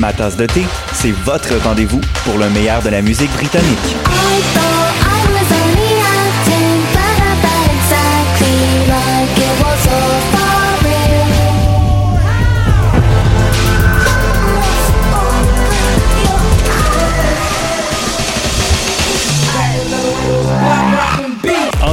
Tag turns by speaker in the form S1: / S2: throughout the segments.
S1: Ma tasse de thé, c'est votre rendez-vous pour le meilleur de la musique britannique.
S2: I thought I was only acting, but I felt exactly like it was all for real.
S3: En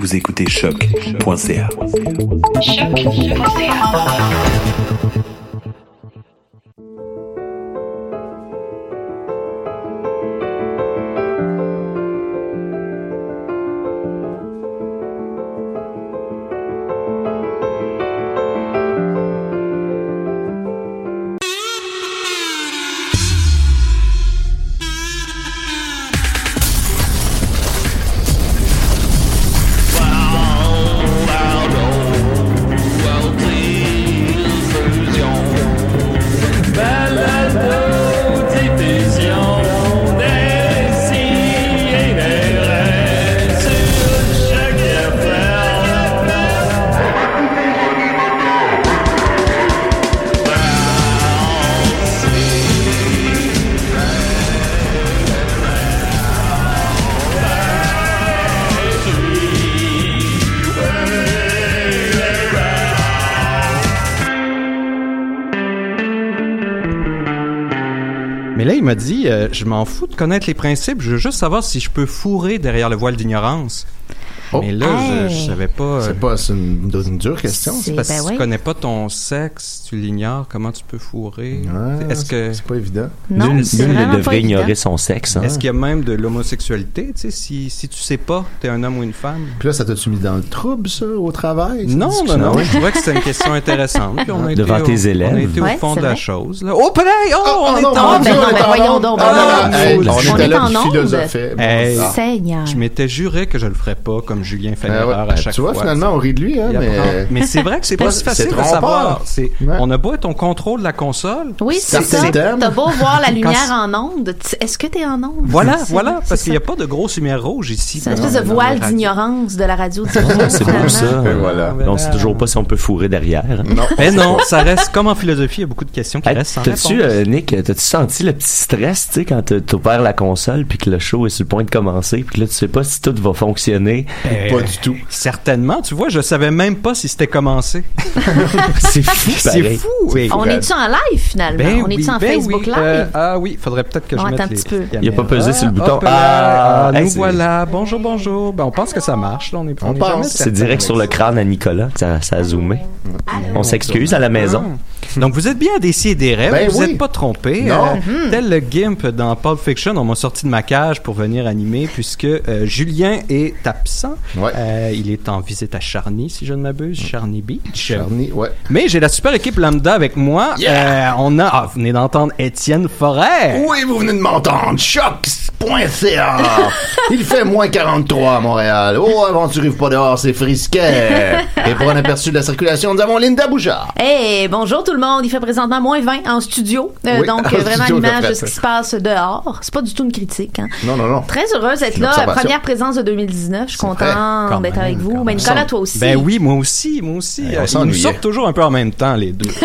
S1: Vous écoutez choc.ca.
S4: Mais là, il m'a dit, euh, je m'en fous de connaître les principes, je veux juste savoir si je peux fourrer derrière le voile d'ignorance.
S5: Oh.
S4: Mais là, je- je,
S6: Hey.
S4: savais pas. euh,
S5: C'est pas c'est une, une dure question.
S6: C'est-
S4: parce que
S6: ben
S4: si
S6: oui.
S4: tu connais pas ton sexe, tu l'ignores, comment tu peux fourrer?
S5: Ouais,
S4: Est-ce que
S5: C'est pas évident.
S6: Non,
S7: nul
S6: c'est
S7: nul
S6: vraiment
S7: ne
S6: pas
S7: devrait
S6: évident.
S7: ignorer son sexe. hein.
S4: est-ce qu'il y a même de l'homosexualité? Tu sais, si, si tu sais pas, t'es un homme ou une femme?
S5: Puis là, ça t'a-tu mis dans le trouble, ça, au travail? cette
S4: Non, non,
S5: discussion?
S4: non.
S5: Ouais.
S4: Je trouvais que c'était une question intéressante. Puis on a
S7: Devant
S4: été au-
S7: tes élèves.
S4: On a été
S6: Ouais,
S4: au fond
S6: c'est
S4: de la
S6: vrai.
S4: chose. Là. Oh, pareil! Oh,
S5: Ah,
S4: on
S5: ah,
S4: est
S5: non,
S4: en
S5: mon
S6: ben
S5: Dieu,
S6: non,
S5: on est
S6: ben
S5: en
S6: voyons
S5: onde.
S6: donc, ben
S5: Ah,
S6: non,
S5: hey,
S7: on
S5: On
S7: est
S5: était là,
S6: en
S5: puis
S6: onde.
S5: philosophait. Bon,
S4: Hey.
S5: ah.
S6: Seigneur.
S4: Je m'étais juré que je le ferais pas, comme Julien
S5: Ben
S4: Fagnard
S5: ouais.
S4: à chaque
S5: Tu vois,
S4: fois.
S5: finalement, on rit de lui, hein,
S4: Il apprend.
S5: mais...
S4: Mais c'est vrai que c'est pas si
S5: c'est
S4: facile de
S5: trompeur.
S4: savoir. C'est-
S5: Ouais.
S4: On a beau être en contrôle de la console.
S6: Oui, c'est
S5: Certains
S6: ça.
S5: thèmes.
S6: T'as beau voir la lumière
S4: c'est-
S6: en onde. tu- Est-ce que t'es en onde?
S4: Voilà,
S6: C'est-
S4: voilà,
S6: c'est
S4: parce qu'il n'y a
S6: ça.
S4: pas de grosse lumière rouge ici.
S6: C'est une
S4: dans-
S6: espèce de
S4: dans
S6: voile
S4: la radio.
S6: d'ignorance de la radio du
S7: Ah,
S6: monde,
S7: C'est beau
S6: finalement.
S7: ça.
S5: Et euh, voilà.
S7: On sait toujours pas si on peut fourrer derrière. hein.
S5: Non.
S4: Mais non, ça reste comme en philosophie, il y a beaucoup de questions qui
S7: Hey,
S4: restent sans réponse.
S7: T'as-tu, euh, Nick, t'as-tu senti le petit stress, tu sais, quand t'as t'as ouvert la console puis que le show est sur le point de commencer puis que là, tu sais pas si tout va fonctionner.
S4: Eh,
S5: Pas du tout.
S4: Certainement, tu vois, je savais même pas si c'était commencé.
S7: C'est fou,
S4: C'est
S7: pareil.
S4: fou. oui.
S6: On est-tu en live, finalement?
S4: Ben
S6: on est-tu
S4: oui,
S6: en
S4: ben
S6: Facebook
S4: oui.
S6: Live?
S4: Euh, ah oui, faudrait peut-être que
S6: On
S4: je mette
S6: attend un
S4: les
S6: petit peu.
S4: caméras.
S7: Il a pas pesé sur le bouton.
S4: Hop là,
S7: Ah, hey,
S4: nous
S7: c'est-
S4: voilà. Bonjour, bonjour. Ben, on pense que ça marche. Là, on est,
S5: On
S4: est
S5: pense.
S4: jamais
S5: C'est
S4: certain.
S7: C'est direct sur le crâne à Nicolas que ça, ça a zoomé. On s'excuse à la maison.
S4: Ah. Donc, vous êtes bien à décider des rêves.
S5: Ben
S4: vous
S5: oui.
S4: n'êtes pas trompé.
S5: Non. Mhm.
S4: Tel le Gimp dans Pulp Fiction, on m'a sorti de ma cage pour venir animer puisque euh, Julien est absent.
S5: Ouais. Mm.
S4: Euh, il est en visite à Charny, si je ne m'abuse. Charny Beach.
S5: Charny, ouais.
S4: Mais j'ai la super équipe Lambda avec moi. Euh, on a. Ah, vous venez d'entendre Étienne Forêt.
S5: Oui, vous venez de m'entendre. Chocs.ca. Il fait moins 43 à Montréal. Oh, aventurez-vous pas dehors, c'est frisquet. Et pour un aperçu de la circulation, nous avons Linda Bouchard.
S6: Hey, Eh, bonjour tout le monde. Il fait présentement moins 20 en studio. Euh,
S5: Oui,
S6: donc,
S5: en
S6: euh, vraiment
S5: studio,
S6: l'image
S5: de
S6: de
S5: fait.
S6: ce qui se passe dehors. C'est pas du tout une critique. Hein.
S5: Non, non, non.
S6: Très heureuse d'être
S5: Une
S6: là.
S5: observation.
S6: Première présence de 2019. Je suis
S5: C'est vrai,
S4: quand
S6: contente d'être Ah,
S4: même,
S6: ben, avec vous.
S4: quand
S6: Mais
S4: même.
S6: Nicolas, toi aussi.
S4: Ben oui, moi aussi, moi aussi.
S5: Eh,
S4: Euh,
S5: on
S4: Ils nous
S5: s'ennuyait.
S4: sortent toujours un peu en même temps, les deux.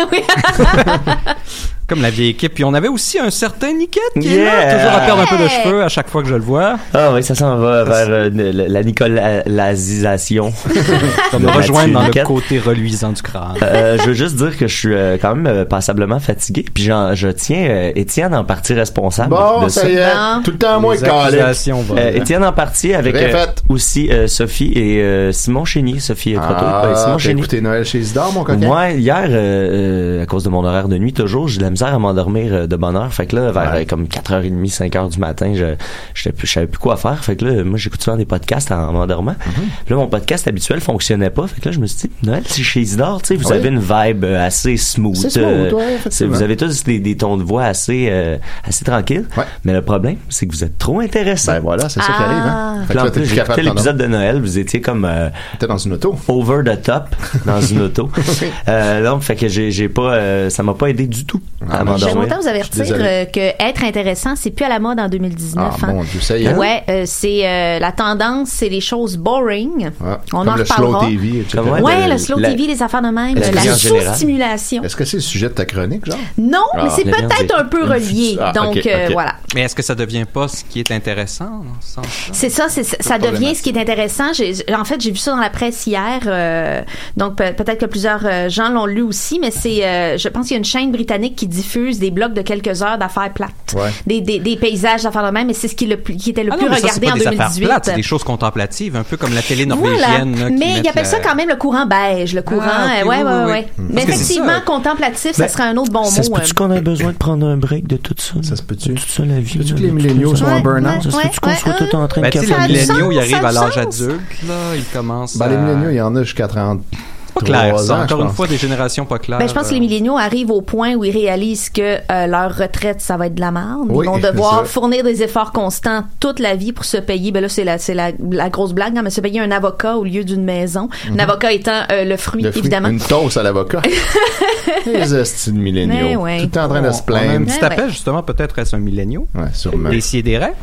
S4: Comme la vieille équipe. Puis on avait aussi un certain Niquette qui est là,
S7: Yeah!
S4: toujours à perdre un peu de cheveux à chaque fois que je le vois.
S7: Ah oui, ça s'en va vers euh, le- le- la Nicolasisation.
S4: Ça me rejoindre dans le côté reluisant du crâne.
S7: Euh, je veux juste dire que je suis euh, quand même euh, passablement fatigué, puis j'en- je tiens euh, Étienne en partie responsable
S5: Bon,
S7: de
S5: ça y est. Tout le temps, moi,
S7: Les
S5: calé.
S7: accusations, voilà. Euh, Étienne en partie avec
S5: Bien
S7: euh,
S5: fait.
S7: aussi euh, Sophie et euh, Simon Chénier. Sophie euh, Croteau,
S5: Ah,
S7: euh, Simon
S5: t'as
S7: Chénier.
S5: écouté Noël chez Isidore, mon coquin?
S7: Moi, hier, euh, euh, à cause de mon horaire de nuit, toujours, j'ai de la misère à m'endormir euh, de bonne heure. Fait que là, vers euh, comme 4h30, 5h du matin, je j'étais plus- je savais plus quoi faire. Fait que là, moi, j'écoute souvent des podcasts en m'endormant.
S5: Mm-hmm.
S7: Puis là, mon podcast habituel fonctionnait pas. Fait que là, je me suis dit, Noël, c'est chez Isidore, tu sais, vous
S5: Ah Oui.
S7: avez une vibe euh, assez smooth.
S5: C'est smooth,
S7: euh,
S5: ouais,
S7: c'est-
S5: effectivement.
S7: vous avez tous des, des tons de voix assez, euh, assez tranquilles. Mais le problème, c'est que vous êtes trop intéressant. Ben
S5: voilà, c'est ça qui arrive, hein. Fait que
S7: Puis en
S5: là, t'es
S7: plus,
S5: plus
S7: j'ai
S5: capable
S7: écouté
S5: de t'endormir.
S7: l'épisode de Noël, vous étiez comme. euh,
S5: T'étais dans une auto.
S7: Over the top, dans une auto. euh, donc, fait que j'ai, j'ai pas, euh, ça m'a pas aidé du tout
S5: Ah,
S7: à m'endormir.
S6: J'aimerais autant vous avertir
S7: Je suis désolé.
S6: euh, que être intéressant, c'est plus à la mode en 2019.
S7: Ah,
S6: hein.
S7: mon Dieu, ça y est.
S6: Ouais, euh, c'est euh, la tendance, c'est les choses boring. On en
S5: Ah, Comme le slow
S6: reparlera.
S5: TV, etc.
S6: ouais, le slow TV, les affaires de même,
S5: Est-ce que
S6: la
S5: c'est en général?
S6: sous-stimulation.
S5: Est-ce que c'est le sujet de ta chronique, genre?
S6: Non,
S5: Ah.
S6: mais c'est
S5: La viande
S6: peut-être
S5: des-
S6: un peu relié. donc euh, voilà.
S4: Mais est-ce que ça devient pas ce qui est intéressant dans ce sens-là?
S6: C'est ça, c'est, ça devient ce qui est intéressant. J'ai- j'ai- en fait, j'ai vu ça dans la presse hier, euh, donc pe- peut-être que plusieurs euh, gens l'ont lu aussi, mais c'est, euh, je pense qu'il y a une chaîne britannique qui diffuse des blogs de quelques heures d'affaires plates,
S4: Ouais.
S6: des, des, des paysages d'affaires de même, mais c'est ce qui, est le plus- qui était le
S4: Ah non,
S6: plus
S4: mais ça, c'est
S6: regardé
S4: pas
S6: en
S4: des affaires
S6: 2018.
S4: plates, c'est des choses contemplatives, un peu comme la télé
S6: Voilà.
S4: norvégienne. là, qui euh,
S6: Mais ils
S4: mettent
S6: appellent ça
S4: la-
S6: quand même le courant beige, le courant.
S4: ok,
S6: euh, ouais,
S4: oui,
S6: ouais,
S4: oui, oui.
S6: ouais.
S4: Mm.
S6: Mais
S4: Parce que c'est ça.
S6: effectivement, contemplatif, ça
S7: Ben,
S6: serait un autre bon
S7: ça se
S6: mot.
S7: peut-tu
S6: euh.
S7: qu'on ait besoin de prendre un break de tout ça? Ça se peut-tu? Tout ça, la vie.
S5: que les milléniaux sont en Ouais, burn-out?
S7: Ça se
S5: ouais,
S7: peut-tu qu'on
S5: ouais,
S7: soit tout en train
S4: Ben, tu
S7: de
S4: sais, les
S7: café?
S4: milléniaux, ils
S5: Ça a
S4: arrivent
S5: du
S4: à l'âge
S5: sens.
S4: adulte, là, ils commencent
S5: Ben,
S4: à...
S5: les milléniaux, il y en a jusqu'à 30.
S4: Pas clair, ça. Encore une fois, des générations pas claires. euh,
S6: Ben, je pense
S8: Euh,
S6: que les milléniaux arrivent au point où ils réalisent que euh, leur retraite, ça va être de la merde.
S4: Oui,
S6: ils vont
S4: c'est
S6: devoir
S4: ça.
S6: fournir des efforts constants toute la vie pour se payer. Ben là, c'est la, c'est la, la grosse blague, hein, mais se payer un avocat au lieu d'une maison.
S5: Mhm.
S6: Un avocat étant euh, le, fruit,
S5: Le fruit-
S6: évidemment.
S5: Une toast à l'avocat. les hosties de
S6: Mais
S5: milléniaux.
S6: ouais.
S5: Tout le temps en train de se
S4: On a un
S5: plaindre.
S4: petit appel, justement, peut-être est-ce un milléniaux?
S5: Ouais, sûrement.
S4: des rêves?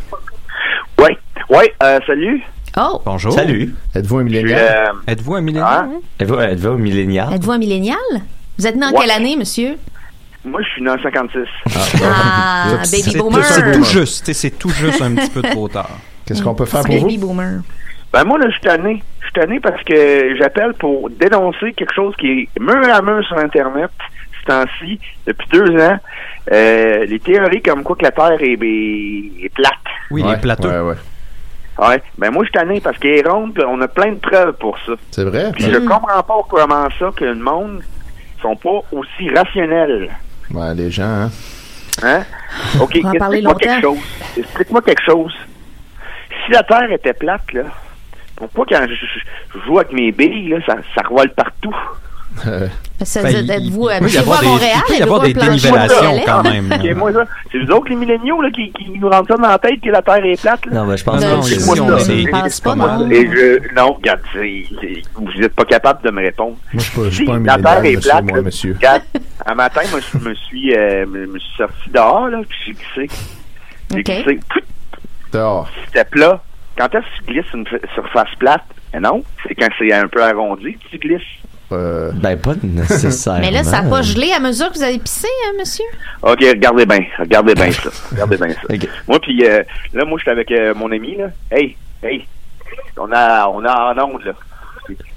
S8: Oui. Oui, euh, salut.
S6: Oh!
S4: Bonjour.
S7: Salut.
S5: Êtes-vous un
S8: millénial?
S4: Êtes-vous un millénial?
S7: Êtes-vous êtes-vous un millénial?
S6: Êtes-vous un millénial? Vous êtes né en
S8: Ouais.
S6: quelle année, monsieur?
S8: Moi, je suis né en 56.
S6: Ah,
S4: C'est-
S6: baby
S4: c'est-
S6: boomer.
S4: C'est tout juste, tu sais, c'est tout juste un petit peu trop tard.
S5: Qu'est-ce qu'on peut
S6: C'est baby boomer.
S8: Ben, moi, là, je suis tanné. Je suis tanné parce que j'appelle pour dénoncer quelque chose qui est mur à mur sur Internet, ce temps-ci, depuis deux ans. Euh, les théories comme quoi que la Terre est, est- est plate.
S4: Oui,
S5: Ouais,
S4: les plateaux.
S5: ouais, ouais.
S8: Ouais. Ben, moi, je suis tanné parce qu'elle est ronde, puis on a plein de preuves pour ça.
S5: C'est vrai?
S8: Puis je comprends pas comment ça que le monde sont pas aussi rationnels.
S5: Ouais, les gens, hein.
S8: Hein? OK,
S5: On va en parler
S8: explique-moi
S5: longtemps.
S8: quelque chose. Explique-moi quelque chose. Si la Terre était plate, là, pourquoi quand je, je- je joue avec mes billes, là, ça, ça roule partout?
S6: Ça
S8: Ben,
S6: veut
S8: il-
S6: dire, êtes-vous euh,
S8: il
S6: à
S8: peut y avoir des-
S6: Montréal?
S8: il peut y
S6: Êtes-vous
S8: avoir
S6: un
S8: des
S6: plancher
S8: dénivellations
S6: de
S8: quand
S6: relais?
S8: même. Ok, moi, là, c'est vous autres, les milléniaux, là, qui, qui nous rendent ça dans la tête que la Terre est plate. Là.
S7: Non, ben, je
S8: Non,
S7: pense pas
S8: non,
S7: que
S8: c'est
S7: c'est
S8: moi,
S7: ça.
S8: ça.
S7: C'est-
S8: Et-
S7: c'est pas
S8: Moi,
S7: mal.
S8: Et je, non, regarde, c'est- c'est- vous n'êtes pas capable de me répondre.
S5: Moi, je suis pas- je suis
S8: Si
S5: pas un
S8: la
S5: millénial,
S8: Terre est
S5: monsieur,
S8: plate,
S5: moi,
S8: là,
S5: monsieur.
S8: regarde, un matin, moi, je me suis, euh, me me suis sorti dehors, là, puis j'ai glissé. J'ai glissé. Pouf,
S5: Dehors.
S8: C'était plat. Quand est-ce que tu glisses sur une f- surface plate? Eh non, c'est quand c'est un peu arrondi que tu glisses.
S5: euh,
S7: Ben, pas nécessairement.
S6: Mais là, ça n'a pas gelé à mesure que vous avez pissé, hein, monsieur?
S8: OK, regardez bien, regardez bien ça. Regardez bien ça. Moi, puis euh, là, moi, je suis avec euh, mon ami, là. Hey, hey, on a, on a en onde, là.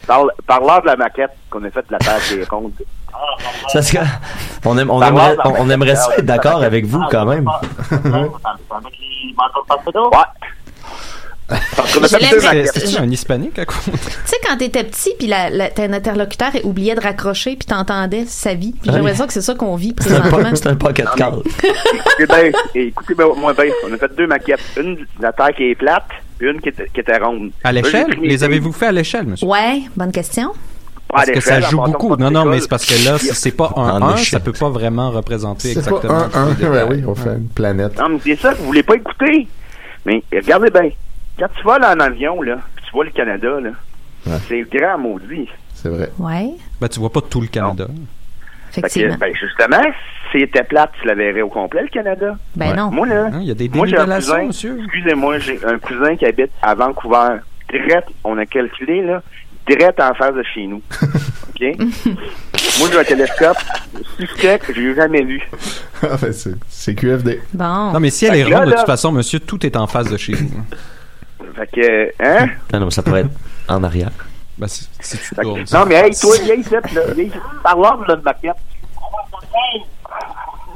S8: Par, par l'heure de la maquette qu'on a faite de la Terre qui est ronde.
S7: Ça, c'est- on, aime- on
S8: Ça
S7: aimerait,
S8: va,
S7: on, on aimerait ça
S8: ça va.
S7: être d'accord avec vous quand même.
S8: qu'on a fait deux maquettes.
S4: C'est c'est un hispanique à quoi?
S6: Tu sais, quand t'étais petit, puis la, la- ton interlocuteur oubliait de raccrocher, puis t'entendais sa vie. Puis j'ai
S8: Ah oui.
S6: l'impression que c'est ça qu'on vit
S8: C'est un
S6: présentement.
S8: po- c'est un
S7: pocket
S8: call. Eh ben, Écoutez bien, écoutez-moi bien. On a fait deux maquettes. Une de la Terre qui est plate, puis une qui était, qui était ronde.
S4: À
S8: Là, j'ai
S4: l'échelle?
S8: pris mes
S4: Les avez-vous fait à l'échelle, monsieur?
S6: Ouais, bonne
S8: Pas
S6: question.
S8: à
S4: Parce que ça
S8: l'échelle,
S4: joue
S8: en passant
S4: beaucoup.
S8: pas de
S4: Non, non, mais
S8: école.
S4: c'est parce que là, si c'est pas un
S5: En
S4: 1, ça
S5: échelle.
S4: peut pas vraiment représenter
S5: C'est pas
S4: exactement.
S5: un, un.
S4: le
S5: Ben
S4: détail.
S5: oui, on fait une planète.
S8: Non, mais c'est ça que vous voulez pas écouter. Mais regardez bien. Quand tu vas là en avion, là, puis tu vois le Canada, là, c'est grand maudit.
S5: C'est vrai.
S6: Ouais.
S4: Ben, tu vois pas tout le Canada.
S8: Fait que, ben, justement, si c'était plate, tu la verrais au complet, le Canada.
S6: Ben non.
S8: Moi, là,
S4: Hein, il y a des
S8: moi, j'ai un
S4: dénivellations,
S8: cousin, excusez-moi, j'ai un cousin qui habite à Vancouver. Direct, on a calculé, là, direct en face de chez nous. OK?
S9: Moi, j'ai un télescope. Suspect, que j'ai jamais vu.
S5: Ah, ben, c'est- c'est QFD.
S6: Bon.
S4: Non, mais si elle est
S9: Fait que là,
S4: ronde, de
S9: là-
S4: toute façon, monsieur, tout est en face de chez vous. hein.
S9: Fait que, hein?
S7: Non, non, ça pourrait être en arrière.
S4: Ben, si si tu tournes.
S9: Non, mais hey, toi, viens ici, là. Viens ici. Par là, là, de maquette.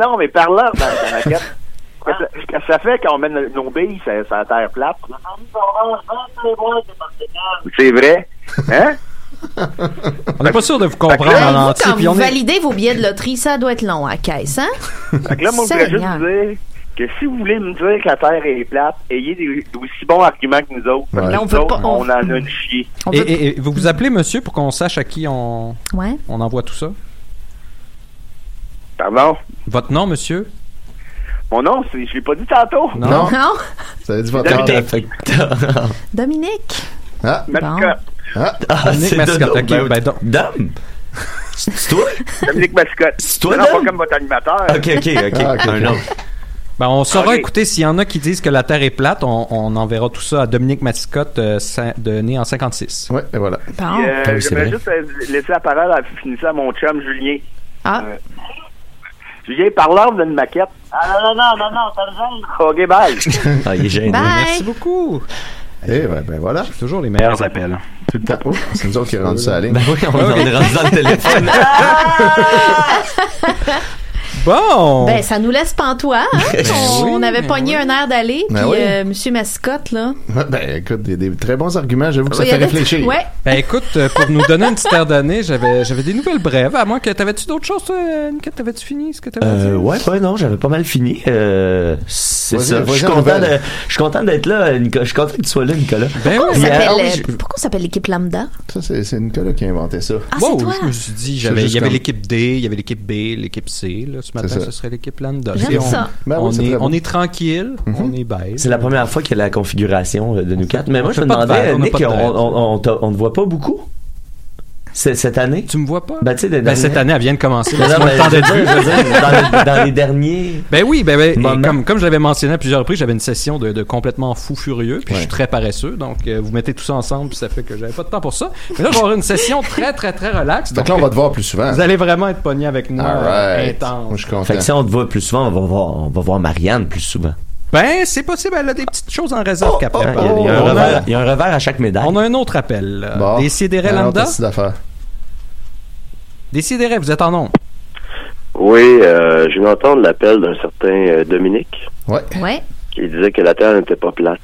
S9: Non, mais par là, de la maquette. Qu'est-ce que ça fait quand on met nos nos billes sur sur la terre plate? C'est vrai? Hein?
S4: On n'est pas sûr de vous comprendre
S6: Hey,
S4: en
S6: vous,
S4: entier.
S6: quand
S4: puis
S6: vous
S4: on est-
S6: validez vos billets de loterie, ça doit être long à la caisse, hein?
S9: Fait que là, moi, je voulais juste
S6: Seigneur.
S9: vous dire que si vous voulez me dire que la terre est plate, ayez des, d'aussi bons arguments que nous autres. Parce que
S6: Mais on
S9: nous
S6: veut
S9: autres,
S6: pas- on-
S9: on en a une chier.
S4: Et, et- et vous vous appelez monsieur pour qu'on sache à qui on,
S6: Ouais.
S4: on envoie tout ça?
S9: Pardon?
S4: Votre nom, monsieur?
S9: Mon nom, c'est, je l'ai pas dit tantôt.
S4: Non.
S6: Non?
S5: Ça a dit
S9: votre Dominique. nom.
S6: Dominique?
S5: Ah,
S9: Mascotte.
S5: ah,
S7: Ah,
S4: Dominique
S7: c'est
S4: Mascotte,
S7: Dodo.
S4: ok,
S7: Ben,
S4: ben donc.
S7: Dame? C'est toi?
S9: Dominique Mascotte. C'est
S7: toi,
S9: Non,
S7: Dan?
S9: pas comme votre animateur.
S7: Ok, ok, ok.
S5: Ah, ok,
S7: Un
S5: ok.
S7: autre.
S4: Ben, on saura,
S9: Ok.
S4: écoutez, s'il y en a qui disent que la Terre est plate, on, on enverra tout ça à Dominique Mascotte, euh, cin- de, né en 56.
S5: Ouais, et voilà.
S6: Bon.
S9: Puis, euh,
S7: Ah oui, c'est
S9: J'aimerais
S7: vrai.
S9: juste euh, laisser la parole à finir à mon chum Julien. Euh,
S6: Ah,
S9: Julien, parle leur d'une maquette. Ah non, non, non, non, t'as raison. OK, bye.
S7: Ah, il est gêné.
S6: bye!
S4: Merci beaucoup.
S5: Et ben, ben voilà.
S4: Toujours les meilleurs appels.
S5: Tout le temps. Oh, c'est nous autres qui avons rendu ça à la ligne.
S7: Ben oui, on, on est rendu dans le téléphone.
S4: Bon!
S6: Ben, ça nous laisse pantois, hein? on,
S4: oui,
S6: on avait
S4: mais
S6: pogné un air d'aller, puis
S5: Ben oui.
S6: euh, Monsieur Mascotte, là.
S5: Ouais, ben écoute, des, des très bons arguments, j'avoue que ça
S6: Il
S5: fait
S6: avait-
S5: réfléchir.
S6: Ouais.
S4: Ben, écoute, euh, pour nous donner une petite air d'année, j'avais, j'avais des nouvelles brèves. À moins que t'avais-tu d'autres choses, toi, euh, Nicolas? T'avais-tu fini ce que t'avais
S7: Euh,
S4: dit?
S7: ouais, ouais, non, j'avais pas mal fini. Euh, c'est
S5: Vas-y,
S7: ça. Je
S5: vas-y,
S7: suis
S5: en
S7: content,
S5: nouvelle.
S7: de- je suis content d'être là, Nicolas. Je suis content que tu sois là, Nicolas.
S4: Ben
S6: Pourquoi on
S4: oui.
S7: Hier,
S6: s'appelle,
S7: oui,
S6: euh, pourquoi on s'appelle l'équipe Lambda?
S5: Ça, c'est c'est Nicolas qui a inventé ça.
S6: Ah,
S4: Wow,
S6: c'est toi!
S4: je me suis dit, j'avais, il
S5: juste
S4: y avait
S5: comme-
S4: l'équipe D, il y avait l'équipe B, l'équipe C. Là, ce matin,
S5: ça.
S4: ce serait l'équipe Lambda.
S6: J'aime
S4: Et on,
S6: ça.
S5: Ben oui,
S4: on,
S5: c'est
S4: est,
S5: très bon. Mhm.
S4: on est tranquille, on est bête.
S7: C'est la première fois qu'il y a la configuration euh, de nous quatre. Mais moi,
S4: on
S7: je
S4: fait
S7: me
S4: pas de
S7: demandais,
S4: vagues, on a
S7: Nick,
S4: pas de
S7: on,
S4: vagues.
S7: on, on t'a- on te voit pas beaucoup C'est- cette année?
S4: Tu me vois pas?
S7: Ben, tu sais, des
S4: Ben, cette
S7: dernières-
S4: année, elle vient de commencer.
S7: Non, non,
S4: Laisse-moi
S7: mais
S4: le temps
S7: je
S4: de
S7: veux
S4: dire.
S7: dire, je veux dire, dans, les, dans les derniers.
S4: Ben oui, ben, ben, et
S7: Moment.
S4: comme, comme je l'avais mentionné à plusieurs reprises, j'avais une session de, de complètement fou furieux, puis je suis très paresseux, donc euh, vous mettez tout ça ensemble, puis ça fait que j'avais pas de temps pour ça. Mais là, je vais avoir une session très, très, très relaxe.
S5: Fait
S4: Donc, euh,
S5: que là, on va te voir plus souvent.
S4: vous allez vraiment être pogné avec moi euh,
S5: Alright. Moi, je
S4: intense.
S5: suis content.
S7: Fait que si on te voit plus souvent, on va voir, on va voir Marianne plus souvent.
S4: Ben, c'est possible, elle a des petites choses en
S5: Oh,
S4: réserve
S8: Oh,
S4: qu'elle
S7: Hein, il,
S4: prépare.
S7: y a, il y a un
S4: on, a,
S7: revers, il y a un revers à chaque médaille.
S4: on a un autre appel. là.
S5: Bon.
S4: Décidérez
S5: Alors,
S4: lambda.
S5: t'as cette affaire.
S4: Décidérez, vous êtes en nombre.
S8: Oui, euh, j'ai eu entendre l'appel d'un certain euh, Dominique
S5: Ouais,
S6: Ouais.
S8: qui disait que la Terre n'était pas plate.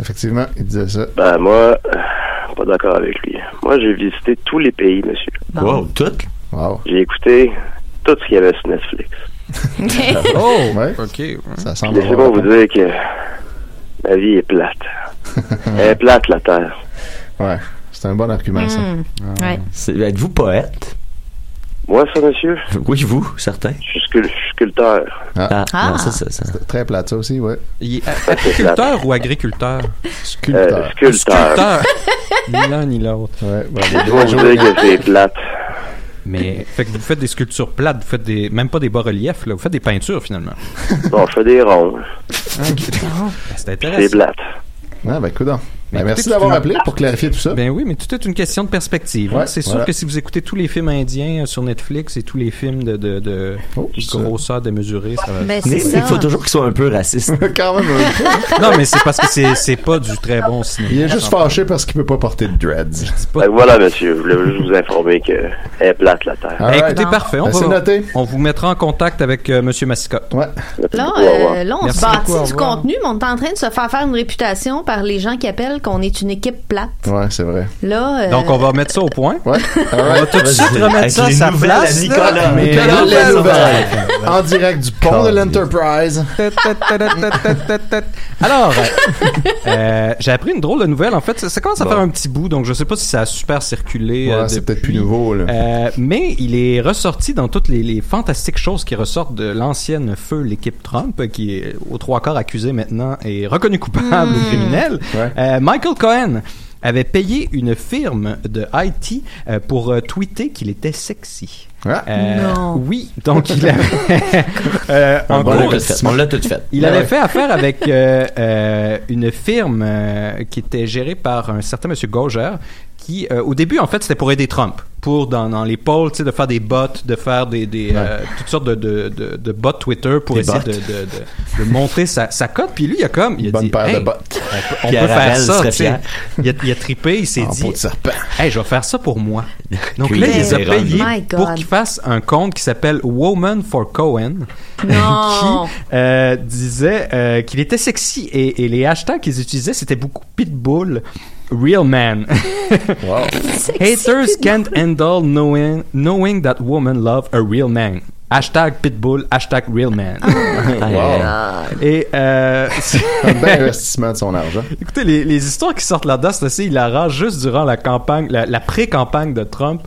S5: effectivement, il disait ça.
S8: Ben moi, euh, pas d'accord avec lui. Moi, j'ai visité tous les pays, monsieur.
S6: Bon.
S7: Wow, tout?
S5: Wow.
S8: J'ai écouté tout ce qu'il y avait sur Netflix.
S4: Oh!
S5: Ouais.
S4: OK.
S5: Ça
S8: Puis
S5: semble.
S8: Laissez-moi
S5: avoir-
S8: vous dire que la vie est plate. Elle est plate, la Terre.
S5: Ouais. C'est un bon argument, ça.
S6: Hmm. Ouais.
S7: C'est- Êtes-vous poète?
S8: Moi, ça, monsieur,
S7: Oui, vous, certain.
S8: je suis scul- je suis sculpteur.
S7: Ah,
S6: Ah.
S7: non, ça, ça, ça.
S5: Très plate, ça aussi, ouais.
S4: Il est a- apiculteur ou agriculteur?
S5: Sculpteur.
S8: Euh, sculpteur.
S4: Sculpteur. ni l'un ni l'autre.
S5: Ouais, bon,
S8: Laissez-moi vous dire que c'est plate.
S4: Mais fait que vous faites des sculptures plates, vous faites des même pas des bas-reliefs là, vous faites des peintures finalement.
S8: Bon, je fais des ronds.
S4: Ben, C'est
S8: C'est
S4: intéressant.
S8: plate.
S5: Ah, ben, coudon.
S4: Mais
S5: Ben, merci
S4: écoutez,
S5: d'avoir
S4: tu-
S5: appelé pour clarifier tout ça.
S4: Ben oui, mais tout est une question de perspective. hein.
S5: Ouais,
S4: c'est sûr
S5: voilà.
S4: que si vous écoutez tous les films indiens euh, sur Netflix et tous les films de, de, de
S5: Oh, ça-
S4: grosseur démesurée, ça va.
S6: Ben, c'est
S7: Nick,
S6: ça.
S7: il faut toujours qu'il soit un peu raciste.
S5: Quand même, euh,
S4: Non, mais c'est parce que c'est, c'est pas du très bon cinéma.
S5: il est juste fâché parce qu'il peut pas porter de dreads.
S4: C'est pas-
S8: Fait que voilà, monsieur, je voulais juste vous informer qu'elle est plate, la Terre.
S4: Ben,
S5: Alright.
S4: écoutez, parfait. On,
S5: Ben,
S4: va-
S5: c'est noté.
S4: on vous mettra en contact avec euh, Monsieur Mascotte.
S5: Ouais.
S6: Là,
S8: Au revoir.
S6: euh, là, on
S4: Merci
S6: se bâtit
S4: beaucoup, au
S6: du
S4: revoir.
S6: contenu, mais on est en train de se faire faire une réputation par les gens qui appellent qu'on est une équipe plate.
S5: Ouais, c'est vrai.
S6: Là, euh,
S4: Donc on va mettre ça au point.
S5: Ouais.
S4: On va tout de suite remettre
S7: Avec
S4: ça à
S7: les
S4: sa
S7: nouvelles à
S4: place. là.
S7: Nicolas.
S4: Mais-
S7: Nicolas,
S5: Quelle
S7: nouvelle
S5: nouvelle. En direct du pont de
S7: Calme.
S5: l'Enterprise.
S4: Alors, euh, euh, j'ai appris une drôle de nouvelle. En fait, ça, ça commence à faire un petit bout, donc je sais pas si ça a super circulé. euh,
S5: Ouais, c'est peut-être
S4: depuis.
S5: plus nouveau, là.
S4: Euh, mais il est ressorti dans toutes les, les fantastiques choses qui ressortent de l'ancienne feu, l'équipe Trump, qui est aux trois quarts accusé maintenant et reconnu coupable ou criminel.
S5: Ouais.
S4: Euh, Michael Cohen avait payé une firme de IT euh, pour euh, tweeter qu'il était sexy.
S5: Ah.
S4: Euh,
S6: Non.
S4: Oui, donc il avait... euh, en
S7: On l'a
S4: gros,
S7: tout fait. On l'a tout fait.
S4: il
S5: Ah
S4: avait
S5: ouais.
S4: fait affaire avec euh, euh, une firme euh, qui était gérée par un certain monsieur Gauger qui, euh, au début, en fait, c'était pour aider Trump, pour, dans, dans les pôles, tu sais, de faire des bots, de faire des, des, euh, toutes sortes de, de, de, de bots Twitter pour
S7: Des
S4: essayer
S7: bots.
S4: de, de- de- de monter sa, sa cote. Puis lui, il a comme. Il a dit,
S5: paire de
S4: Hey,
S5: bots.
S4: On peut, on
S7: Pierre
S4: peut faire
S7: Harel
S4: ça,
S7: serait
S4: tu sais.
S7: fier.
S4: Il a, il a trippé, il s'est
S7: En
S4: dit.
S7: peau de serpent.
S4: Hey, je vais faire ça pour moi. Donc
S7: Cueillir
S4: là, il les a
S7: des rhums.
S4: payés
S6: Oh My God.
S4: pour qu'ils fassent un compte qui s'appelle Woman for Cohen.
S6: Non.
S4: qui euh, disait euh, qu'il était sexy et, et les hashtags qu'ils utilisaient, c'était beaucoup Pitbull, Real Man. Haters can't handle knowing, knowing that women love a real man. Hashtag Pitbull, hashtag Real Man.
S6: Oh
S7: Ah
S5: Wow.
S4: Et euh, c'est-
S5: Un bel investissement de son argent.
S4: Écoutez, les, les histoires qui sortent là-dedans, c'est assez hilarant. Juste durant la campagne, la, la pré-campagne de Trump,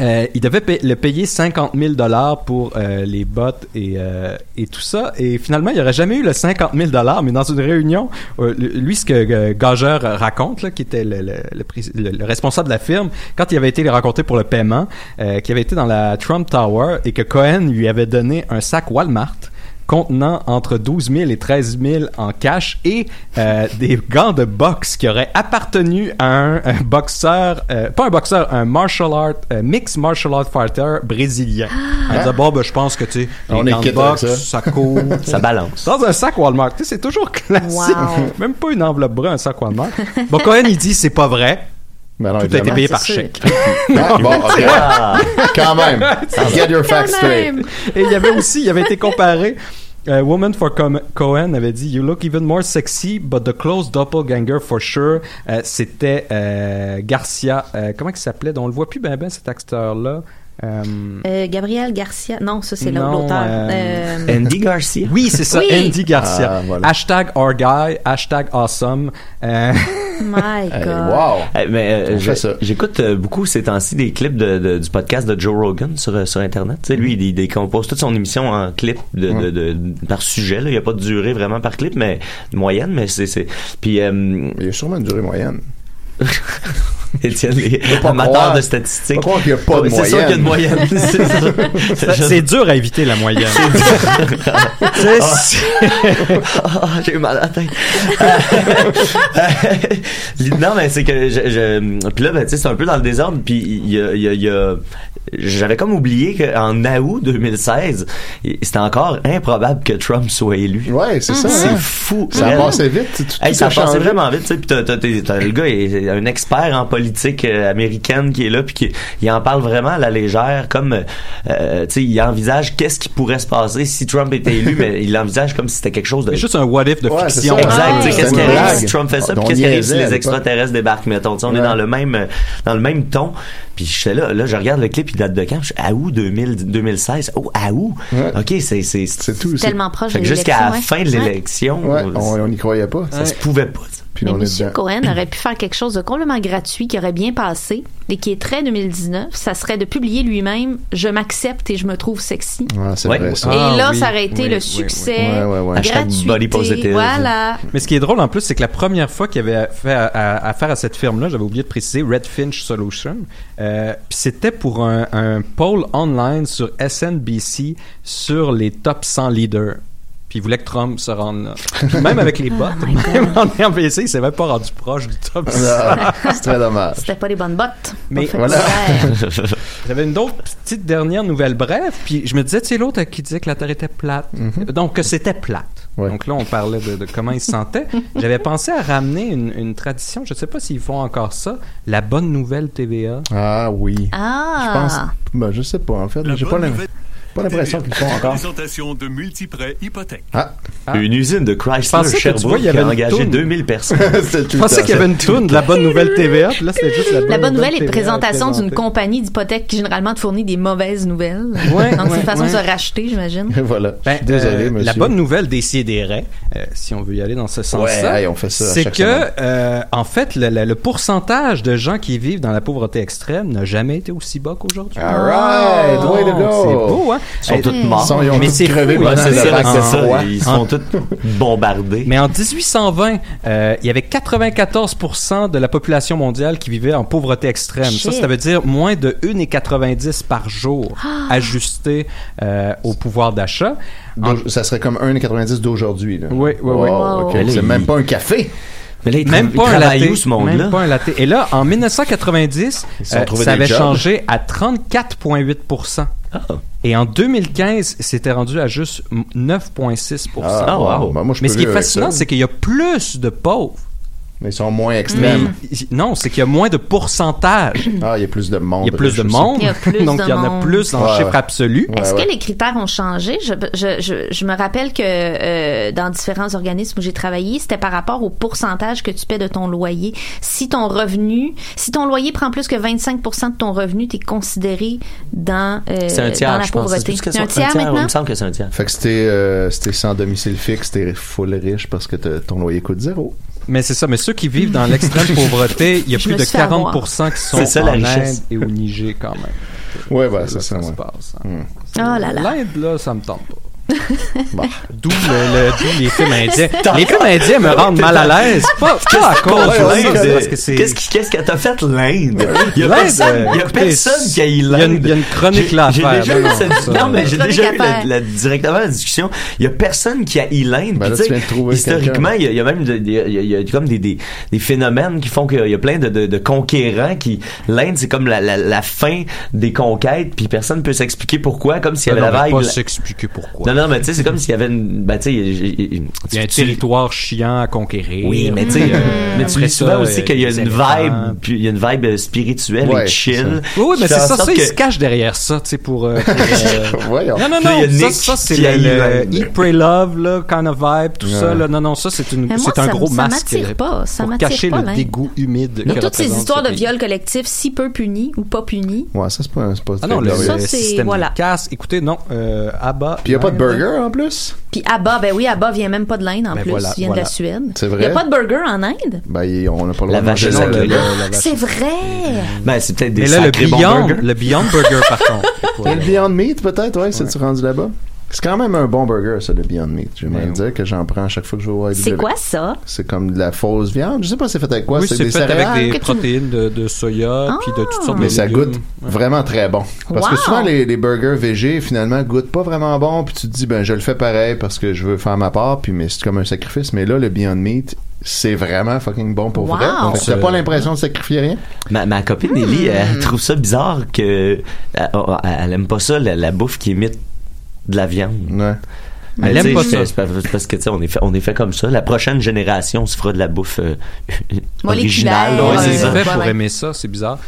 S4: euh, il devait pa- le payer 50 000 dollars pour euh, les bottes et, euh, et tout ça. Et finalement, il n'aurait jamais eu le 50 000 dollars, mais dans une réunion, euh, lui, ce que euh, Gageur euh, raconte, là, qui était le, le- le pré- le- le responsable de la firme, quand il avait été les rencontrer pour le paiement, euh, qui avait été dans la Trump Tower et que Cohen lui avait donné un sac Walmart contenant entre 12 000 et 13 000 en cash et euh, des gants de boxe qui auraient appartenu à un, un boxeur, euh, pas un boxeur, un martial art, euh, mixed martial art fighter brésilien.
S6: Ah.
S4: On disait, bon, ben, je pense que tu sais,
S5: On
S4: les
S5: est
S4: gants de
S5: quitte avec
S4: boxe,
S5: ça.
S4: ça court.
S7: Ça balance.
S4: Dans un sac Walmart, tu sais, c'est toujours classique.
S6: Wow.
S4: Même pas une enveloppe brun, un sac Walmart. Bon, Cohen, il dit, c'est pas vrai.
S5: Ben non,
S4: Tout a été
S5: évidemment.
S4: payé
S6: Ah,
S4: par
S6: c'est sûr.
S4: chèque.
S5: Ah, bon, ok.
S7: Ah.
S5: Quand même. Get your
S6: Quand
S5: facts straight.
S6: même.
S4: Et il y avait aussi, il avait été comparé. euh, Woman for Com- Cohen avait dit You look even more sexy, but the close doppelganger for sure. Euh, c'était euh, Garcia. euh, comment il s'appelait Donc, On le voit plus ben ben cet acteur-là. Euh,
S6: Euh, Gabriel Garcia. Non, ça, c'est l'autre-
S4: Non,
S6: l'auteur.
S4: euh,
S6: Euh,
S7: Andy Garcia.
S4: oui, c'est ça,
S6: Oui.
S4: Andy Garcia.
S5: Ah, voilà.
S4: Hashtag our guy, hashtag awesome. Euh,
S6: My
S5: Hey,
S6: God.
S5: euh, wow.
S7: Eh, mais euh,
S5: On
S7: je-
S5: fait ça.
S7: j'écoute euh, beaucoup ces temps-ci des clips de, de- du podcast de Joe Rogan sur, euh, sur Internet. Tu sais, lui, il, il décompose toute son émission en clips de, de- de- de- par sujet. là. Il n'y a pas de durée vraiment par clip, mais moyenne. Mais c'est, c'est... Puis, euh,
S5: Il y a sûrement une durée moyenne.
S7: Étienne, les
S5: pas
S7: amateurs
S5: croire.
S7: de statistiques.
S5: Faut pas croire qu'il y a pas de
S7: Ouais, C'est sûr qu'il y a de moyenne. c'est
S4: ça-
S7: sûr.
S4: c'est dur à éviter la moyenne. C'est-
S7: Ah, j'ai eu mal à la tête. Euh, non, mais c'est que je, je- puis là, ben, tu sais, c'est un peu dans le désordre. Puis il y a, il y a- il y a- j'avais comme oublié qu'en août 2016, il- c'était encore improbable que Trump soit élu.
S5: Ouais,
S6: Mm-hmm.
S5: c'est ça.
S7: C'est
S5: hein.
S7: fou.
S5: Ça a
S7: Vraiment.
S5: passé vite. Tout, tout
S7: Hey, ça
S5: a
S7: passait
S5: changé.
S7: vraiment vite, tu sais, puis t'as- t'as- t'es- t'as- le gars est un expert en politique euh, américaine qui est là, puis qui il en parle vraiment à la légère, comme, euh, euh, tu sais, il envisage qu'est-ce qui pourrait se passer si Trump était élu, mais il l'envisage comme si c'était quelque chose de...
S4: C'est juste un what if de
S5: Ouais, c'est
S4: fiction.
S5: ça.
S7: Exact, tu sais,
S6: Ouais.
S7: qu'est-ce qui
S6: C'est une
S7: arrive
S6: blague.
S7: si Trump fait ça,
S5: Ah,
S7: puis
S5: on
S7: qu'est-ce qui arrive
S5: niaisait
S7: si
S5: à
S7: les
S5: l'époque.
S7: extraterrestres débarquent, mettons, tu sais, on est
S5: Ouais.
S7: dans le même, euh, dans le même ton, puis j'étais là, là, je regarde le clip, il date de quand, je suis à août 2000 2016, oh, à août,
S5: Ouais.
S7: ok, c'est... c'est-
S5: C'est tout. c'est-
S6: Tellement proche
S7: Fait
S6: de
S7: que jusqu'à la
S6: l'élection,
S7: fin de
S6: ouais. Ouais.
S7: l'élection,
S5: Ouais, on n'y croyait pas.
S7: ça se pouvait pas. ça.
S5: Puis
S6: Ah, Mais
S5: on est
S6: Monsieur
S5: dedans.
S6: Cohen aurait pu faire quelque chose de complètement gratuit qui aurait bien passé et qui est très 2019. Ça serait de publier lui-même Je m'accepte et je me trouve sexy.
S5: Ouais, c'est
S7: Ouais.
S5: vrai, ça.
S4: Ah,
S6: et là,
S4: oui,
S6: ça aurait été
S4: oui,
S6: le
S4: oui,
S6: succès
S5: oui. Ouais, ouais, ouais.
S7: Hashtag
S6: gratuité.
S7: body positive.
S6: Voilà.
S4: Mais ce qui est drôle en plus, c'est que la première fois qu'il avait fait à- à- affaire à cette firme-là, j'avais oublié de préciser, Red Finch Solution, euh, puis c'était pour un, un poll online sur SNBC sur les top 100 leaders. Puis il voulait que Trump se rende là. Puis même avec les bottes, même en RBC, il s'est même pas rendu proche du top 100.
S5: Ah, C'est très dommage.
S6: C'était pas les bonnes bottes.
S4: Mais
S6: Pas fait
S5: voilà.
S6: exprès.
S4: J'avais une autre petite dernière nouvelle brève, puis je me disais, tu sais, l'autre qui disait que la Terre était plate. Donc, que c'était plate.
S5: Mm-hmm. Ouais.
S4: Donc là, on parlait de, de comment il se sentait. J'avais pensé à ramener une, une tradition, je sais pas s'ils font encore ça, la bonne nouvelle TVA.
S5: Ah oui. Je pense.
S6: Ah.
S5: Ben, je sais pas, en fait. J'ai pas, l'im- pas l'impression qu'ils le font encore.
S10: Présentation de multiprêts hypothèques.
S5: Ah,
S4: Ah.
S7: Une usine de Chrysler
S4: pensais que tu vois,
S7: Sherbrooke
S4: il y
S7: qui
S4: avait
S7: a
S4: une
S7: engagé
S4: toune.
S7: 2000 personnes.
S5: c'est tout.
S4: Je pensais qu'il y avait une toune de la bonne nouvelle TVA, puis là, c'était juste la bonne
S6: La bonne nouvelle est
S4: TVA
S6: présentation d'une
S4: présentée.
S6: compagnie d'hypothèques qui généralement te fournit des mauvaises nouvelles.
S4: Ouais,
S6: Donc, c'est
S4: ouais,
S6: une façon de se
S4: ouais.
S6: racheter, j'imagine.
S5: voilà. Je
S4: Ben,
S5: suis désolé,
S4: euh,
S5: monsieur.
S4: La bonne nouvelle des sidérés, si on veut y aller dans ce sens-là,
S5: Ouais, hey, on fait ça à
S4: c'est
S5: chaque
S4: que,
S5: semaine.
S4: euh, en fait, le, le- le pourcentage de gens qui vivent dans la pauvreté extrême n'a jamais été aussi bas qu'aujourd'hui.
S5: All right,
S4: Oh,
S5: way to go.
S4: C'est beau, hein?
S7: Ils sont
S4: Hey,
S7: tous morts.
S5: Ils sont- ils ont
S4: Mais
S5: tous
S4: c'est
S5: crevé
S4: fou,
S5: pendant
S7: Ouais, c'est
S4: Ils
S5: la
S7: ça,
S5: vague
S4: en-
S7: c'est
S5: de
S7: ça.
S5: froid.
S7: Ils sont tous bombardés.
S4: Mais en 1820, euh, il y avait 94 de la population mondiale qui vivait en pauvreté extrême. Ça,
S6: Shit.
S4: ça veut dire moins de 1,90 par jour,
S7: Ah.
S4: ajusté euh, au pouvoir d'achat. En-
S5: Donc, Ça serait comme 1,90 d'aujourd'hui. là.
S4: Oui, oui, oui.
S5: Wow, ok.
S7: Wow.
S5: C'est même pas un café.
S7: Mais là, ils
S4: même
S7: trou- ils
S4: pas un
S7: travaillent
S4: latte,
S7: où, ce monde-là?
S4: même pas un latte. Et là, en 1990,
S7: se sont
S4: euh,
S7: trouvés
S4: ça
S7: des
S4: avait
S7: jobs.
S4: changé à 34,8 Et en 2015, c'était rendu à juste 9,6
S5: Ah, wow. Ben, moi, je
S4: Mais
S5: peux
S4: ce qui est
S5: vivre avec
S4: fascinant,
S5: ça.
S4: c'est qu'il y a plus de pauvres.
S5: Mais ils sont moins extrêmes.
S4: non, c'est qu'il y a moins de pourcentage.
S5: Ah, il y a plus de monde.
S4: Il y a plus de monde.
S6: Il y a plus
S4: Donc,
S6: de
S4: il y en a
S6: monde.
S4: plus en
S5: ben, Ouais,
S4: chiffre
S5: ouais.
S4: absolu.
S6: Est-ce que les critères ont changé? Je, je, je, je me rappelle que euh, dans différents organismes où j'ai travaillé, c'était par rapport au pourcentage que tu paies de ton loyer. Si ton revenu, si ton loyer prend plus que 25 de ton revenu, tu es considéré dans, euh,
S7: C'est un tiers,
S6: dans la
S7: je pense. C'est
S6: pauvreté.
S7: plus que
S6: C'est
S7: ça.
S6: un tiers,
S7: il
S6: maintenant?
S7: me semble que c'est un tiers.
S5: Fait que c'était euh, c'était sans domicile fixe, t'es full riche parce que t'as- ton loyer coûte zéro.
S4: Mais c'est ça. Mais ceux qui vivent dans l'extrême pauvreté, il y a
S5: Je
S4: plus
S5: me
S4: de
S5: suis fait avoir.
S4: 40 qui sont
S5: C'est ça, la
S4: en Inde
S5: richesse.
S4: et au Niger quand même.
S5: Ouais, bah, c'est ça. ouais.
S4: hein.
S5: Hmm.
S6: Oh là là.
S4: L'Inde, là, ça me tente pas. D'où le- le- d'où les films indiens.
S7: T'as
S4: les
S7: encore-
S4: films indiens me rendent mal à l'aise. Pas, pas à
S7: Qu'est-ce
S4: cause
S7: qu'on
S4: de
S7: fait,
S4: ça,
S7: l'Inde?
S4: parce que c'est...
S7: Qu'est-ce qui- qu'est-ce que t'as fait l'Inde? Il y a
S4: L'Inde,
S7: personne, il y a
S4: écoutez,
S7: personne qui a eu
S4: il y a une-
S7: l'Inde.
S4: il y a une chronique
S7: J'ai-
S4: là à
S7: j'ai
S4: faire,
S7: déjà
S4: mais
S7: eu
S4: non,
S7: cette-
S4: ça.
S7: non, mais j'ai
S4: Chronique
S7: déjà
S4: à
S7: eu la-
S4: faire.
S7: la- directement la discussion. Il y a personne qui a eu l'Inde.
S5: Ben là, tu
S7: Puis, tu sais,
S5: viens de trouver
S7: Historiquement,
S5: quelqu'un.
S7: il y, a- il y a même des- des- il y a- il y a comme des, des, des phénomènes qui font qu'il y a plein de, de, de conquérants qui... L'Inde, c'est comme la, la, la fin des conquêtes, puis personne peut s'expliquer pourquoi, comme
S4: Ça
S7: s'il y avait la
S4: devrait
S7: vague...
S4: Ah pas
S7: la-
S4: s'expliquer pourquoi.
S7: Non, non, mais tu sais, c'est comme s'il y avait une... Ben, tu sais, il y a- il y a-
S4: Il y a un territoire chiant à conquérir.
S7: oui, mais tu sais,
S4: Euh,
S7: mais tu
S4: après
S7: lis
S4: ça,
S7: souvent aussi
S4: euh,
S7: qu'il y a
S4: les
S7: une
S4: éléphants.
S7: vibe, puis il y a une vibe euh, spirituelle
S4: Ouais,
S7: et chill.
S4: c'est ça. Oui, oui, mais
S7: qui
S4: c'est
S7: fait en
S4: ça,
S7: sorte
S4: ça, il
S7: que-
S4: se cache derrière ça, tu sais, pour... euh, pour, euh,
S5: Voyons.
S4: Non, non,
S7: Puis là, il y a
S4: non, ça,
S7: Nick
S4: ça c'est
S7: qui
S4: le,
S7: a eu
S4: le Eat, Pray, Love, là, kind of vibe, tout ça, là. Non, non, ça, c'est une,
S6: Mais moi,
S4: c'est un
S6: ça-
S4: gros
S6: ça
S4: masque.
S6: m'attire
S4: euh,
S6: pas, ça
S4: pour
S6: m'attire
S4: cacher
S6: pas,
S4: le
S6: l'Inde.
S4: dégoût humide
S6: Donc,
S4: que
S6: toutes ces
S4: représente
S6: histoires
S4: ce
S6: de
S4: pays.
S6: viol collectif, si peu punis ou pas punis.
S5: Ouais, ça, c'est pas, c'est pas
S4: Ah
S5: très
S4: non, le,
S5: glorieux.
S4: le système de casse. Écoutez, non, euh, Abba.
S5: Puis y a pas de
S4: Inde.
S5: burger, en plus?
S6: Puis Abba, ben oui, Abba vient même pas de l'Inde en
S5: Ben
S6: plus,
S5: voilà,
S6: il vient
S5: voilà.
S6: de la Suède.
S5: C'est vrai?
S6: Il n'y a pas de burger en Inde?
S5: Ben, y- on n'a pas le droit
S7: La
S5: de
S7: vache
S5: manger
S7: est
S5: non,
S4: euh,
S7: sacrée.
S5: le- le-
S6: C'est vrai!
S7: Ben, c'est peut-être des
S4: Mais là, le
S7: sacrés bons
S4: Beyond-
S7: burgers.
S4: le Beyond Burger, par contre.
S5: Le Beyond Meat, peut-être, ouais, c'est-tu rendu là-bas? C'est quand même un bon burger, ça, le Beyond Meat. Je vais
S4: Ben
S5: même dire que j'en prends à chaque fois que je vais au
S6: C'est
S5: IW.
S6: quoi ça?
S5: C'est comme de la fausse viande. Je sais pas c'est fait avec quoi.
S4: Oui, c'est
S5: des
S4: fait avec
S5: céréales
S4: des
S5: que tu-
S4: protéines de, de soya, puis de toutes sortes de
S5: Mais ça
S4: Ah, légumes.
S5: goûte vraiment très bon. Parce que
S4: Wow!
S5: souvent, les, les burgers végés, finalement, goûtent pas vraiment bon. Puis tu te dis, ben, je le fais pareil parce que je veux faire ma part. Puis mais c'est comme un sacrifice. Mais là, le Beyond Meat, c'est vraiment fucking bon pour
S6: Wow!
S5: vrai. Fait que T'as
S7: Euh,
S5: pas l'impression de sacrifier rien.
S7: Ma, ma copine Ellie,
S4: Hmm.
S7: elle trouve ça bizarre que elle, oh, elle aime pas ça la, la bouffe qui imite de la viande. Mais
S4: Elle
S7: tu sais,
S4: aime pas
S7: je fais-
S4: ça.
S7: c'est parce- Parce que tu sais, on est fait, on est fait comme ça. La prochaine génération se fera de la bouffe euh, originale.
S4: Ouais, c'est
S7: ça.
S4: fait pour aimer ça, c'est bizarre.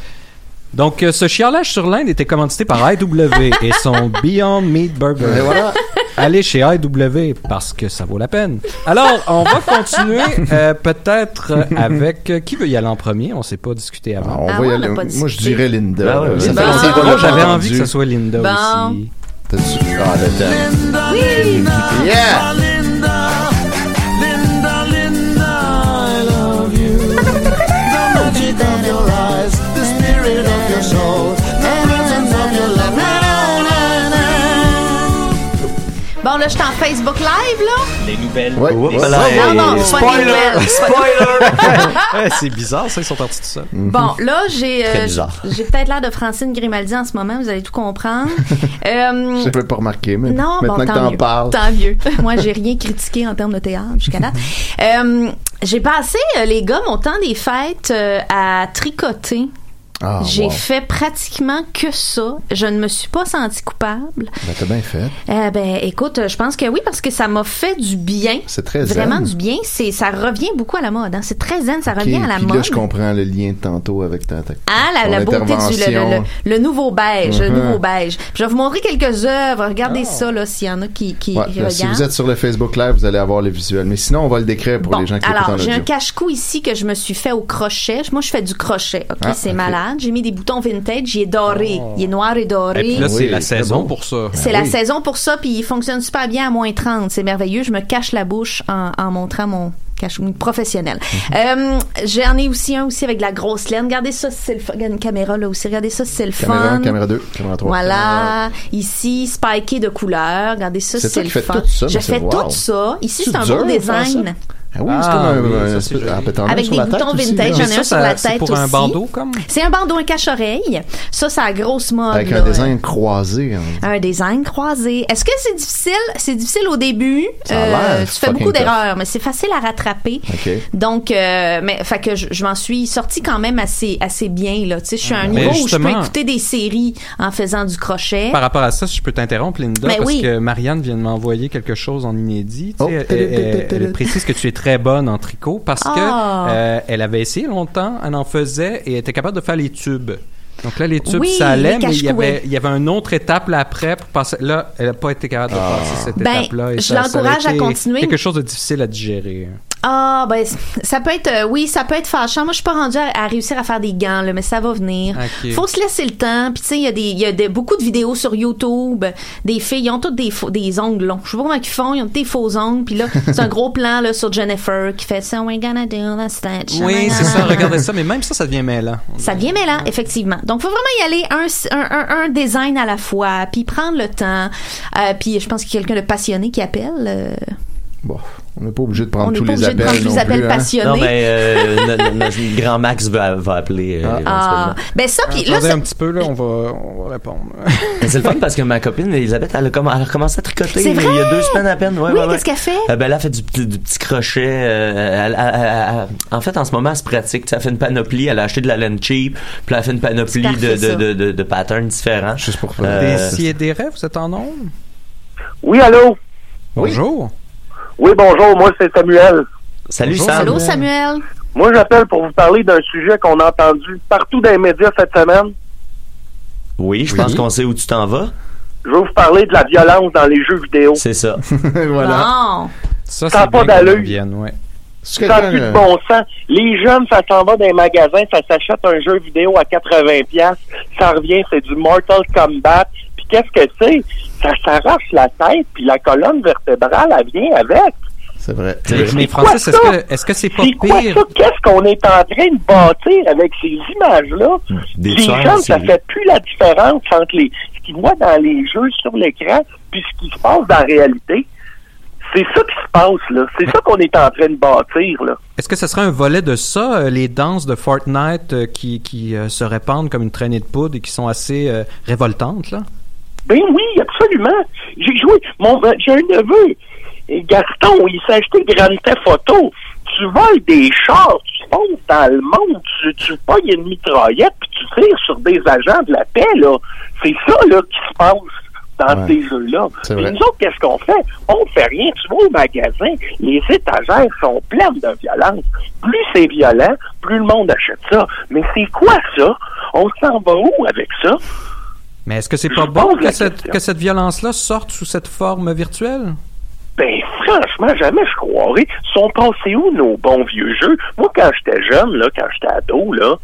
S4: Donc, euh, ce chialage sur l'Inde était commandité par IW et son Beyond Meat Burger.
S5: Et voilà.
S4: Allez chez IW parce que ça vaut la peine. Alors, on va continuer euh, peut-être euh, avec... euh, qui veut y aller en premier? On s'est pas discuté avant.
S6: Ah,
S5: On va y aller. Moi, je dirais Linda.
S4: Ah ouais,
S5: Ça fait
S4: Linda.
S5: longtemps qu'on
S4: Moi,
S5: l'a pas
S4: j'avais
S5: entendu.
S4: envie que ce soit Linda
S6: Bon.
S4: aussi.
S5: T'as-tu- Ah, le thème.
S6: Oui!
S5: Yeah!
S6: Bon, là, je suis en Facebook Live, là.
S3: Les nouvelles.
S5: Ouais,
S4: Oh,
S5: ouais.
S6: Oh, Non, non, c'est pas des nouvelles. C'est pas-
S4: Ouais, c'est bizarre, ça, ils sont partis tout seuls.
S6: Bon, là, j'ai
S4: Très
S6: euh,
S4: bizarre.
S6: j'ai peut-être l'air de Francine Grimaldi en ce moment, vous allez tout comprendre. Euh,
S5: J'avais pas remarqué, mais
S6: Non, bon,
S5: maintenant que
S6: tant
S5: t'en
S6: mieux.
S5: parles.
S6: Tant mieux. Moi, j'ai rien critiqué en termes de théâtre jusqu'à date. Euh, j'ai passé, euh, les gars, mon temps des fêtes euh, à tricoter.
S5: Ah,
S6: j'ai
S5: wow.
S6: fait pratiquement que ça. Je ne me suis pas sentie coupable.
S5: Ben, t'as bien fait.
S6: Euh, ben, écoute, euh, je pense que oui, parce que ça m'a fait du bien.
S5: C'est très zen.
S6: Vraiment du bien. C'est, ça revient beaucoup à la mode. hein. C'est très zen, ça
S5: Ok,
S6: revient à la
S5: puis
S6: mode.
S5: là, je comprends le lien de tantôt avec ta, ta
S6: Ah, la,
S5: ton
S6: la beauté du le, le-
S5: intervention.
S6: le- le nouveau beige, le
S5: Mhm.
S6: nouveau beige. Puis je vais vous montrer quelques œuvres. Regardez ça là, s'il y en a qui, qui
S5: Oh. Ouais, là,
S6: regardent.
S5: si vous êtes sur le Facebook Live, vous allez avoir le visuel. Mais sinon, on va le décrire pour
S6: Bon,
S5: les gens qui l'écoutent en
S6: alors, j'ai
S5: audio.
S6: un cache-cou ici que je me suis fait au crochet. Moi, je fais du crochet, OK?
S5: Ah,
S6: c'est
S5: ok. Oh.
S6: malade. J'ai mis des boutons vintage. Il est doré. Il est noir et doré.
S4: Et puis là, c'est la saison pour ça. Ben
S6: C'est
S5: Ah
S6: la saison pour ça, puis il fonctionne super bien à moins 30. C'est merveilleux. Je me cache la bouche en, en montrant mon cache-mou professionnel.
S5: Mm-hmm.
S6: Euh, J'en ai aussi un aussi avec de la grosse laine. Regardez ça, si c'est le fun. Il y a une caméra là aussi. Regardez ça, si c'est le
S5: Caméra
S6: fun.
S5: 1, caméra 2, caméra 3.
S6: Voilà. Ici, spiké de couleurs. Regardez ça,
S5: C'est
S6: si
S5: toi
S6: c'est le
S5: qui fais
S6: fun.
S5: tout ça, mais
S6: Je
S5: c'est
S6: fais
S5: wow.
S6: tout ça. Ici,
S5: C'est
S6: c'est un
S5: dur
S6: bon
S5: de faire
S6: design.
S5: Ah oui, c'est
S4: Ah
S5: comme un,
S4: oui,
S5: un
S4: ça,
S5: espèce- en pétendant
S6: Avec
S5: sur
S6: des
S5: la tête
S6: boutons
S5: aussi,
S6: vintage,
S5: là.
S6: j'en ai un sur la tête aussi.
S4: comme?
S6: C'est un bandeau, un cache-oreille. Ça, c'est la grosse mode.
S5: Avec
S6: là.
S5: un design croisé. hein.
S6: Un design croisé. Est-ce que c'est difficile? C'est difficile au début. Euh,
S5: Ça a l'air
S6: tu fais
S5: fucking
S6: beaucoup
S5: tough.
S6: d'erreurs, mais c'est facile à rattraper.
S5: OK.
S6: Donc, euh, mais, fait que je, je m'en suis sortie quand même assez, assez bien, là. Tu sais, je suis
S5: Ah
S6: à un
S4: Mais
S6: niveau où je peux
S4: justement-
S6: écouter des séries en faisant du crochet.
S4: Par rapport à ça, si je peux t'interrompre, Linda,
S6: Mais
S4: parce
S6: Ben oui.
S4: que Marianne vient de m'envoyer quelque chose en inédit. Tu sais, elle,
S6: tudu,
S4: elle-
S6: tudu, tudu.
S4: elle précise que tu es très bonne en tricot parce que
S6: Ah.
S4: euh, elle avait essayé longtemps, elle en faisait et elle était capable de faire les tubes. Donc là, les tubes,
S6: Oui,
S4: ça allait,
S6: les
S4: mais il y,
S6: cache-couets.
S4: avait, il y avait une autre étape là après pour passer. Là, elle n'a pas été capable de passer cette
S6: Ben,
S4: étape-là. et
S6: je
S4: ça- ça a
S6: l'encourage à
S4: été
S6: continuer.
S4: Quelque chose de difficile à digérer.
S6: Ah, ben, c- ça peut être, euh, oui, ça peut être fâchant. Moi, je suis pas rendue à, à réussir à faire des gants, là, mais ça va venir.
S4: Ok.
S6: Faut se laisser le temps. Puis, tu sais, il y a, des, il y a des- beaucoup de vidéos sur YouTube. Des filles, ils ont toutes des, faux- des ongles longs. Je sais pas comment ils font, ils ont des faux ongles. Puis là, c'est un gros plan, là, sur Jennifer qui fait ça, we're gonna do this, that,
S4: Oui, c'est
S6: sha-na-na-na.
S4: ça, regardez ça, mais même ça, ça devient mêlant.
S6: Ça devient mêlant, effectivement. Donc, faut vraiment y aller un, un, un, un design à la fois, puis prendre le temps. Euh, puis, je pense qu'il y a quelqu'un de passionné qui appelle. euh,
S5: Bon, on n'est pas obligé de prendre
S6: On n'est
S5: tous
S6: pas
S5: les
S6: obligé de
S5: appels.
S6: prendre tous les
S5: non
S6: appels
S5: plus, hein.
S6: passionnés.
S7: Non, mais euh, no- no- no- grand Max va, va appeler. euh,
S6: Ah,
S7: éventuellement.
S6: ben ça, puis là,
S4: Attendez
S6: ça-
S4: un petit peu, là, on va, on va répondre.
S7: Mais C'est le fun parce que ma copine Elisabeth, elle a, comm- elle a commencé à tricoter
S6: C'est vrai?
S7: il y a deux semaines à peine. Ouais,
S6: oui,
S7: ouais, ouais.
S6: qu'est-ce qu'elle fait?
S7: Euh, ben, elle a fait du, petit- du petit crochet. euh, elle- elle- elle- elle- en fait, en ce moment, elle se pratique. Tu sais, Elle fait une panoplie. Elle a acheté de la laine cheap. Puis elle a fait une
S4: C'est
S7: panoplie
S4: parfait,
S7: de, de,
S4: ça.
S7: de, de, de patterns différents. Euh, Juste pour
S4: Des Euh, si et des rêves, vous êtes en nombre?
S8: Oui, allô?
S4: Bonjour.
S8: Oui, bonjour, moi c'est Samuel.
S7: Salut,
S6: Allô, Samuel?
S8: Moi, j'appelle pour vous parler d'un sujet qu'on a entendu partout dans les médias cette semaine.
S7: Oui, je pense qu'on sait où tu t'en vas.
S8: Je veux vous parler de la violence dans les jeux vidéo.
S7: C'est ça.
S6: voilà.
S4: Ça,
S8: Ça a
S4: c'est
S8: pas
S4: bien
S8: d'allure.
S4: qu'on vienne, ouais.
S8: Ça n'a
S5: euh,
S8: plus de bon sens. Les jeunes, ça s'en va dans les magasins, ça s'achète un jeu vidéo à 80$, piastres. ça revient, c'est du Mortal Kombat. Puis qu'est-ce que c'est? Ça s'arrache la tête, puis la colonne vertébrale, elle vient avec.
S5: C'est vrai.
S4: Mais, mais
S8: quoi
S4: Francis, est-ce
S8: ça?
S4: que est-ce que c'est pas
S8: C'est quoi
S4: pire?
S8: ça? Qu'est-ce qu'on est en train de bâtir avec ces images-là?
S4: Des
S8: les
S4: tueurs en
S8: jeunes, ça
S4: série.
S8: fait plus la différence entre les, ce qu'ils voient dans les jeux sur l'écran puis ce qui se passe dans la réalité. C'est ça qui se passe, là. C'est ça qu'on est en train de bâtir, là.
S4: Est-ce que ce serait un volet de ça, euh, les danses de Fortnite euh, qui, qui euh, se répandent comme une traînée de poudre et qui sont assez euh, révoltantes, là?
S8: Ben oui, absolument. J'ai joué. Mon, euh, j'ai un neveu, et Gaston, il s'est acheté Grand Theft Auto. Tu voles des chars, tu fonces dans le monde, tu, tu pognes une mitraillette, puis tu tires sur des agents de la paix, là. C'est ça, là, qui se passe dans
S5: Ouais.
S8: ces jeux-là.
S5: C'est
S8: Puis
S5: vrai.
S8: nous autres, qu'est-ce qu'on fait? On fait rien. Tu vas au magasin, les étagères sont pleines de violence. Plus c'est violent, plus le monde achète ça. Mais c'est quoi ça? On s'en va où avec ça?
S4: Mais est-ce que c'est pas
S8: Je
S4: bon
S8: pose
S4: que
S8: la
S4: cette,
S8: question.
S4: que cette violence-là sorte sous cette forme virtuelle?
S8: Ben, franchement, jamais je croirais. Sont passés où nos bons vieux jeux? Moi, quand j'étais jeune, là, quand j'étais ado, là,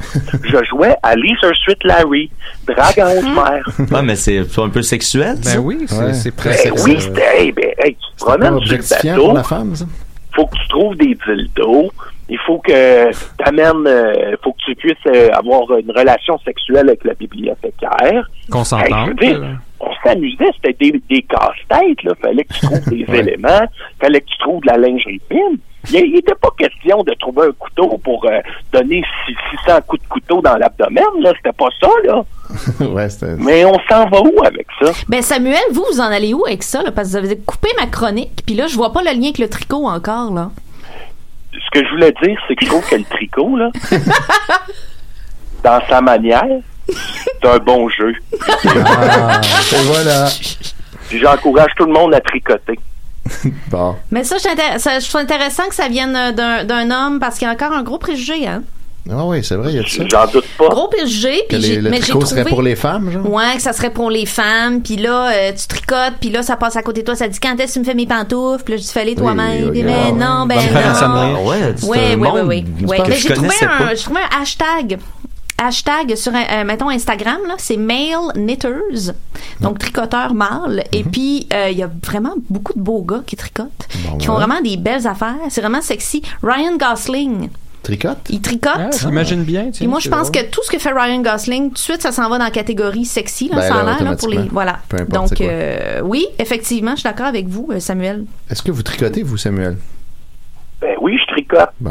S8: je jouais à Leisure Suit Larry, Dragon's Mare.
S7: ouais, mais c'est c'est un peu sexuel.
S4: Ben oui, c'est- Ouais. c'est
S8: Ben oui, c'était, hey, ben, hey, tu te promènes sur le
S5: objectifiant
S8: bateau.
S5: pour la femme, ça?
S8: faut que tu trouves des dildos. Il faut que t'amènes, euh, faut que tu puisses euh, avoir une relation sexuelle avec la bibliothécaire.
S4: Qu'on s'entende, euh, hein?
S8: je veux dire,
S4: là.
S8: on s'amusait, c'était des, des casse-têtes, là. Fallait que tu trouves des éléments, fallait que tu trouves de la lingerie fine. Il n'était pas question de trouver un couteau pour euh, donner six- 600 coups de couteau dans l'abdomen, là. C'était pas ça, là.
S5: ouais, c'était.
S8: Mais on s'en va où avec ça?
S6: Ben Samuel, vous, vous en allez où avec ça? Là? Parce que vous avez coupé ma chronique, puis là, je vois pas le lien avec le tricot encore. là.
S8: ce que je voulais dire, c'est que je trouve que le tricot, là, dans sa manière, c'est un bon jeu.
S5: et voilà.
S8: Puis j'encourage tout le monde à tricoter.
S5: Bon.
S6: Mais ça, je t'intér- ça, je trouve intéressant que ça vienne euh, d'un d'un homme, parce qu'il y a encore un gros préjugé. Hein?
S5: Ah oui, c'est vrai, il y a de ça.
S8: J'en doute pas.
S6: Gros préjugé,
S5: Que
S6: puis
S5: les,
S6: j'ai-
S5: le
S6: mais j'ai
S5: tricot
S6: trouvé...
S5: serait pour les femmes,
S7: Mm.
S5: genre?
S6: Ouais, que ça serait pour les femmes, puis là, euh, tu tricotes, puis là, ça passe à côté de toi, ça dit « Quand est-ce que tu me fais mes pantoufles? » Puis là, je dis « Fais-les toi-même.
S7: oui,
S6: Puis,
S7: oui,
S6: ben
S7: oui.
S6: non, ben
S7: Va me faire une
S6: non.
S7: sonnerie. Ouais, c'est
S6: ouais,
S7: un
S6: ouais, ouais,
S7: monde
S6: ouais,
S7: que
S6: ouais.
S7: je
S6: Mais j'ai trouvé,
S7: connaissais
S6: un-
S7: pas.
S6: j'ai trouvé un hashtag. Hashtag sur, euh, mettons, Instagram, là, c'est male knitters,
S7: Ah.
S6: donc tricoteurs mâles. Et
S7: Mm-hmm.
S6: puis, euh, il y a vraiment beaucoup de beaux gars qui tricotent, qui font
S5: voilà.
S6: vraiment des belles affaires. C'est vraiment sexy. Ryan Gosling,
S5: Tricote?
S6: il tricote.
S4: Ah, J'imagine bien,
S6: Et Ah. moi, je pense que tout ce que fait Ryan Gosling, tout de suite, ça s'en va dans la catégorie sexy, là,
S5: Ben
S6: ça a
S5: là,
S6: l'air, là, pour les.
S5: automatiquement.
S6: Voilà.
S5: Peu importe c'est
S6: Donc,
S5: quoi.
S6: euh, oui, effectivement, je suis d'accord avec vous, euh, Samuel.
S5: Est-ce que vous tricotez, vous, Samuel?
S8: Ben oui, je tricote.
S5: Bon.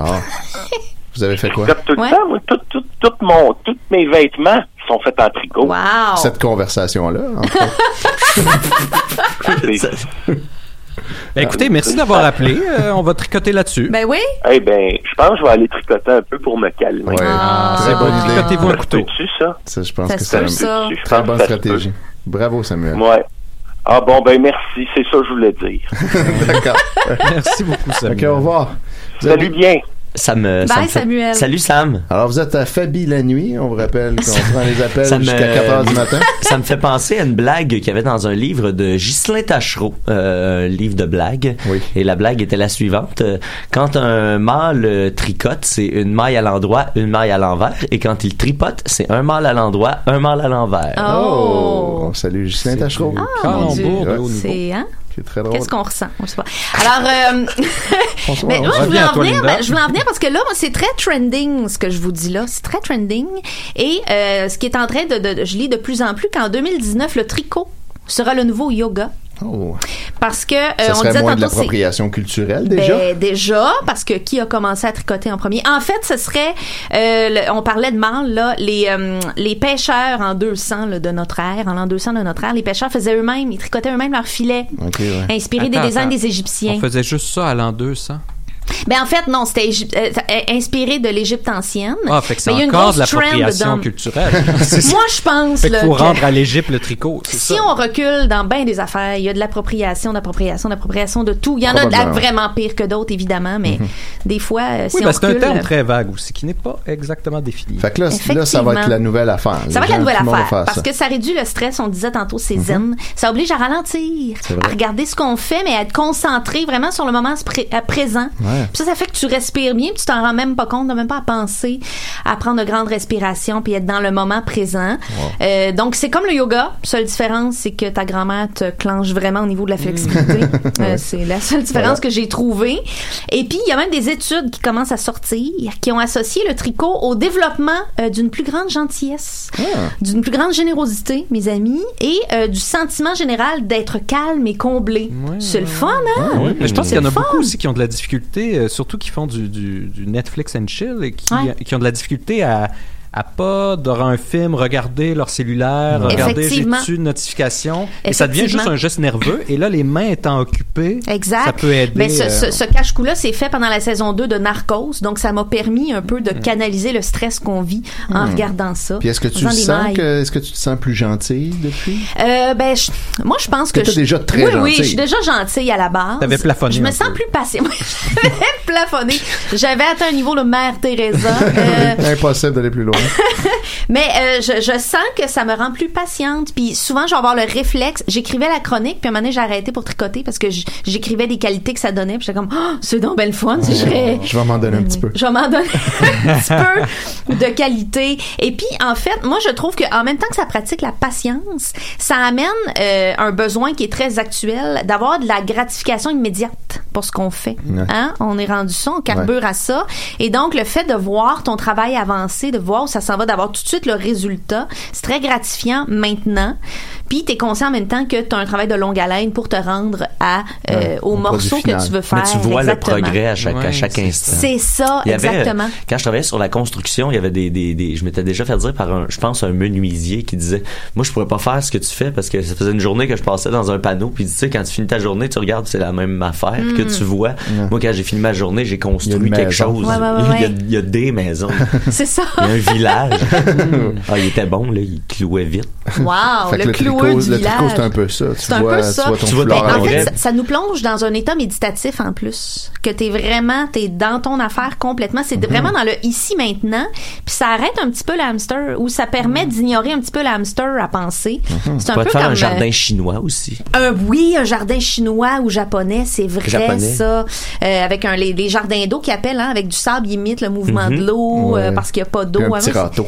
S5: Vous avez fait quoi?
S8: Tricote tout le temps. moi. Tout, tout, tout mon, tous mes vêtements sont faits en tricot.
S6: Wow!
S5: Cette conversation-là. en fait.
S4: Ben, écoutez, merci d'avoir appelé. Euh, on va tricoter là-dessus.
S6: Ben oui.
S8: Eh ben, je pense que je vais aller tricoter un peu pour me calmer.
S5: Ouais. Ah. Très bonne idée. Tricotez-vous un couteau.
S8: Tu ça?
S5: Ça, je pense
S8: Ça
S5: que
S8: se
S5: c'est
S8: peut,
S5: une
S8: ça.
S5: très bonne
S8: Ça se peut.
S5: stratégie. Bravo, Samuel.
S8: Ouais. Ah bon, ben merci. C'est ça que je voulais dire.
S5: D'accord.
S4: Merci beaucoup, Samuel.
S5: OK, au revoir.
S8: Salut bien.
S7: Ça me, ça
S6: Bye,
S7: me fait-
S6: Samuel.
S7: Salut Sam.
S5: Alors, vous êtes à Fabi la nuit. On vous rappelle qu'on prend les appels
S7: Ça me-
S5: jusqu'à 4 heures du matin.
S7: ça me fait penser à une blague qu'il y avait dans un livre de Ghislain Tachereau, euh, un livre de blagues. Et la blague était la suivante. Euh, Quand un mâle euh, tricote, c'est une maille à l'endroit, une maille à l'envers. Et quand il tripote, c'est un mâle à l'endroit, un mâle à l'envers.
S6: Oh.
S5: On salue Justin Tachereau.
S6: mon Dieu.
S7: Calembour de haut niveau.
S6: C'est, hein?
S5: C'est très drôle.
S6: Qu'est-ce qu'on ressent? On sait pas. Alors, euh,
S5: Bonsoir,
S6: mais
S5: on
S6: moi, je
S5: revient
S6: voulais,
S5: à
S6: en
S5: toi,
S6: venir,
S5: Linda.
S6: ben, je voulais en venir parce que là, moi, c'est très trending, ce que je vous dis là. C'est très trending. Et euh, ce qui est en train de, de- Je lis de plus en plus qu'en 2019, le tricot sera le nouveau yoga.
S5: Oh.
S6: Parce que, euh,
S5: Ça
S6: on disait
S5: serait moins de
S6: tantôt, c'est-
S5: l'appropriation culturelle, déjà.
S6: Ben, déjà, parce que qui a commencé à tricoter en premier? En fait, ce serait, euh, le- on parlait de mal, là, les, euh, les pêcheurs en 200 là, de notre ère, en l'an 200 de notre ère, les pêcheurs faisaient eux-mêmes, ils tricotaient eux-mêmes leurs filets,
S4: Ok, ouais.
S6: inspirés des
S4: Attends,
S6: designs
S4: attends.
S6: des Égyptiens.
S4: On faisait juste ça à l'an 200.
S6: Ben en fait non, c'était Égyp- euh, euh, inspiré de l'Égypte ancienne.
S4: Ah, fait que c'est
S6: Mais il y a une
S4: encore
S6: grosse
S4: de l'appropriation
S6: trend dans-
S4: culturelle.
S6: Moi je pense
S4: Fait qu'il
S6: là,
S4: faut
S6: que-
S4: rendre à l'Égypte le tricot. c'est
S6: si
S4: ça.
S6: on recule dans bien des affaires, il y a de l'appropriation, d'appropriation, d'appropriation de tout. Il y en a de la-
S4: Probablement. Mhm.
S6: vraiment pire que d'autres, évidemment, mais des fois, euh, si
S4: Oui,
S6: on
S4: ben, c'est un
S6: recule,
S4: terme
S6: euh,
S4: très vague aussi, qui n'est pas exactement défini.
S5: Fait que là, là, ça va être la nouvelle affaire. Les
S6: Ça va être la
S5: gens,
S6: nouvelle
S5: tout le monde va
S6: affaire.
S5: faire
S6: Parce
S5: ça. Mhm.
S6: que ça réduit le stress, on disait tantôt, c'est zen. Ça oblige à ralentir,
S5: C'est vrai.
S6: à regarder ce qu'on fait, mais à être concentré vraiment sur le moment à pré- à présent.
S5: Ouais.
S6: Puis ça, ça fait que tu respires bien, puis tu t'en rends même pas compte, t'as même pas à penser à prendre de grandes respirations, puis être dans le moment présent.
S11: Wow.
S6: Euh, donc, c'est comme le yoga. Seule différence, c'est que ta grand-mère te clenche vraiment au niveau de la flexibilité.
S5: Mm.
S6: Euh,
S11: Ouais.
S6: c'est la seule
S11: Voilà.
S6: différence que j'ai trouvée. Et puis, il y a même des études qui commencent à sortir, qui ont associé le tricot au développement euh, d'une plus grande gentillesse d'une plus grande générosité, mes amis, et euh, du sentiment général d'être calme et comblé. C'est le fun, hein?
S4: Ouais, Mais je pense
S6: C'est
S4: qu'il y
S6: le
S4: en a
S6: fun.
S4: beaucoup aussi qui ont de la difficulté, euh, surtout qui font du, du- du Netflix and chill et qui, euh,
S6: Ouais.
S4: qui ont de la difficulté à à pas devant un film, regarder leur cellulaire,
S6: Ouais.
S4: regarder
S6: Effectivement.
S4: j'ai-tu une notification et ça devient
S6: Effectivement.
S4: juste un geste nerveux et là les mains étant occupées,
S6: Exact.
S4: ça peut aider.
S6: Mais ce, ce-
S4: euh,
S6: ce cache-cou-là, c'est fait pendant la saison 2 de Narcos, donc ça m'a permis un peu de canaliser le stress qu'on vit en
S5: Hmm.
S6: regardant ça.
S5: Mm. Puis est-ce que tu
S6: en faisant des
S5: sens
S6: mailles.
S5: que est-ce que tu te sens plus gentil depuis
S6: Euh, ben, je- moi, je pense que.
S5: T'étais
S6: je-
S5: déjà
S6: Oui,
S5: très
S6: oui,
S5: gentille.
S6: je suis déjà gentille à la base.
S5: T'avais plafonné
S6: Je me
S5: un
S6: sens
S5: peu.
S6: plus passée. Moi, j'avais plafonné. J'avais atteint un niveau de mère Teresa. Euh,
S5: Impossible d'aller plus loin.
S6: Mais euh, je, je sens que ça me rend plus patiente. Puis souvent, je vais avoir le réflexe. J'écrivais la chronique, puis à un moment donné, j'ai arrêté pour tricoter parce que j- j'écrivais des qualités que ça donnait. Puis j'étais comme, oh, c'est donc belle fun. si je fais-
S5: Je vais m'en donner un petit peu.
S6: je vais m'en donner un petit peu de qualité. Et puis, en fait, moi, je trouve qu'en même temps que ça pratique la patience, ça amène euh, un besoin qui est très actuel d'avoir de la gratification immédiate pour ce qu'on fait.
S11: Ouais.
S6: Hein? On est rendu ça, on carbure à ça. Et donc, le fait de voir ton travail avancer, de voir où ça s'en va, d'avoir tout de suite le résultat, c'est très gratifiant maintenant. Puis, tu es conscient en même temps que tu as un travail de longue haleine pour te rendre à, euh, au morceau
S7: produit final.
S6: que tu veux faire.
S7: Mais tu vois
S6: Exactement.
S7: le progrès à chaque, à chaque instant.
S6: C'est ça,
S7: Il y avait, euh,
S6: exactement.
S7: quand je travaillais sur la construction, il y avait des, des, des- je m'étais déjà fait dire par un, je pense, un menuisier qui disait, moi, je pourrais pas faire ce que tu fais parce que ça faisait une journée que je passais dans un panneau. Puis tu sais, quand tu finis ta journée, tu regardes, c'est la même affaire que
S6: Mm.
S7: tu vois. Moi, quand j'ai fini ma journée, j'ai construit quelque
S5: maison.
S7: chose.
S6: Ouais, ouais, ouais,
S7: il, y a,
S6: ouais.
S7: il y a des maisons.
S6: C'est ça.
S7: Il y a un village. ah, il était bon, là. Il clouait vite.
S6: Wow,
S7: Fait
S6: le,
S7: que le
S6: cloueux
S7: tricot-
S6: du
S7: le
S6: village.
S7: tricot, c'est un peu ça. Tu
S6: C'est un
S7: vois-
S6: peu
S7: tu
S6: ça.
S7: vois ton Tu vois foulard ton
S6: en
S7: progrès.
S6: fait, ça, ça nous plonge dans un état méditatif en plus. Que t'es vraiment, t'es dans ton affaire complètement. C'est
S7: Mm-hmm.
S6: vraiment dans le ici maintenant. Puis ça arrête un petit peu le hamster ou ça permet d'ignorer un petit peu le hamster à penser. C'est
S7: Mm. Mm-hmm. Tu
S6: un
S7: pourrais
S6: peu
S7: te faire
S6: comme
S7: un jardin
S6: euh,
S7: chinois aussi.
S6: un- oui, un jardin chinois ou japonais, c'est vrai
S7: Japonais.
S6: ça. Euh, avec un, les, les jardins d'eau qui appellent, hein, avec du sable, ils imitent le mouvement
S7: Mhm.
S6: de l'eau euh,
S7: Ouais.
S6: parce qu'il n'y a pas
S7: Puis
S6: d'eau.
S7: un petit
S6: avant.
S7: râteau.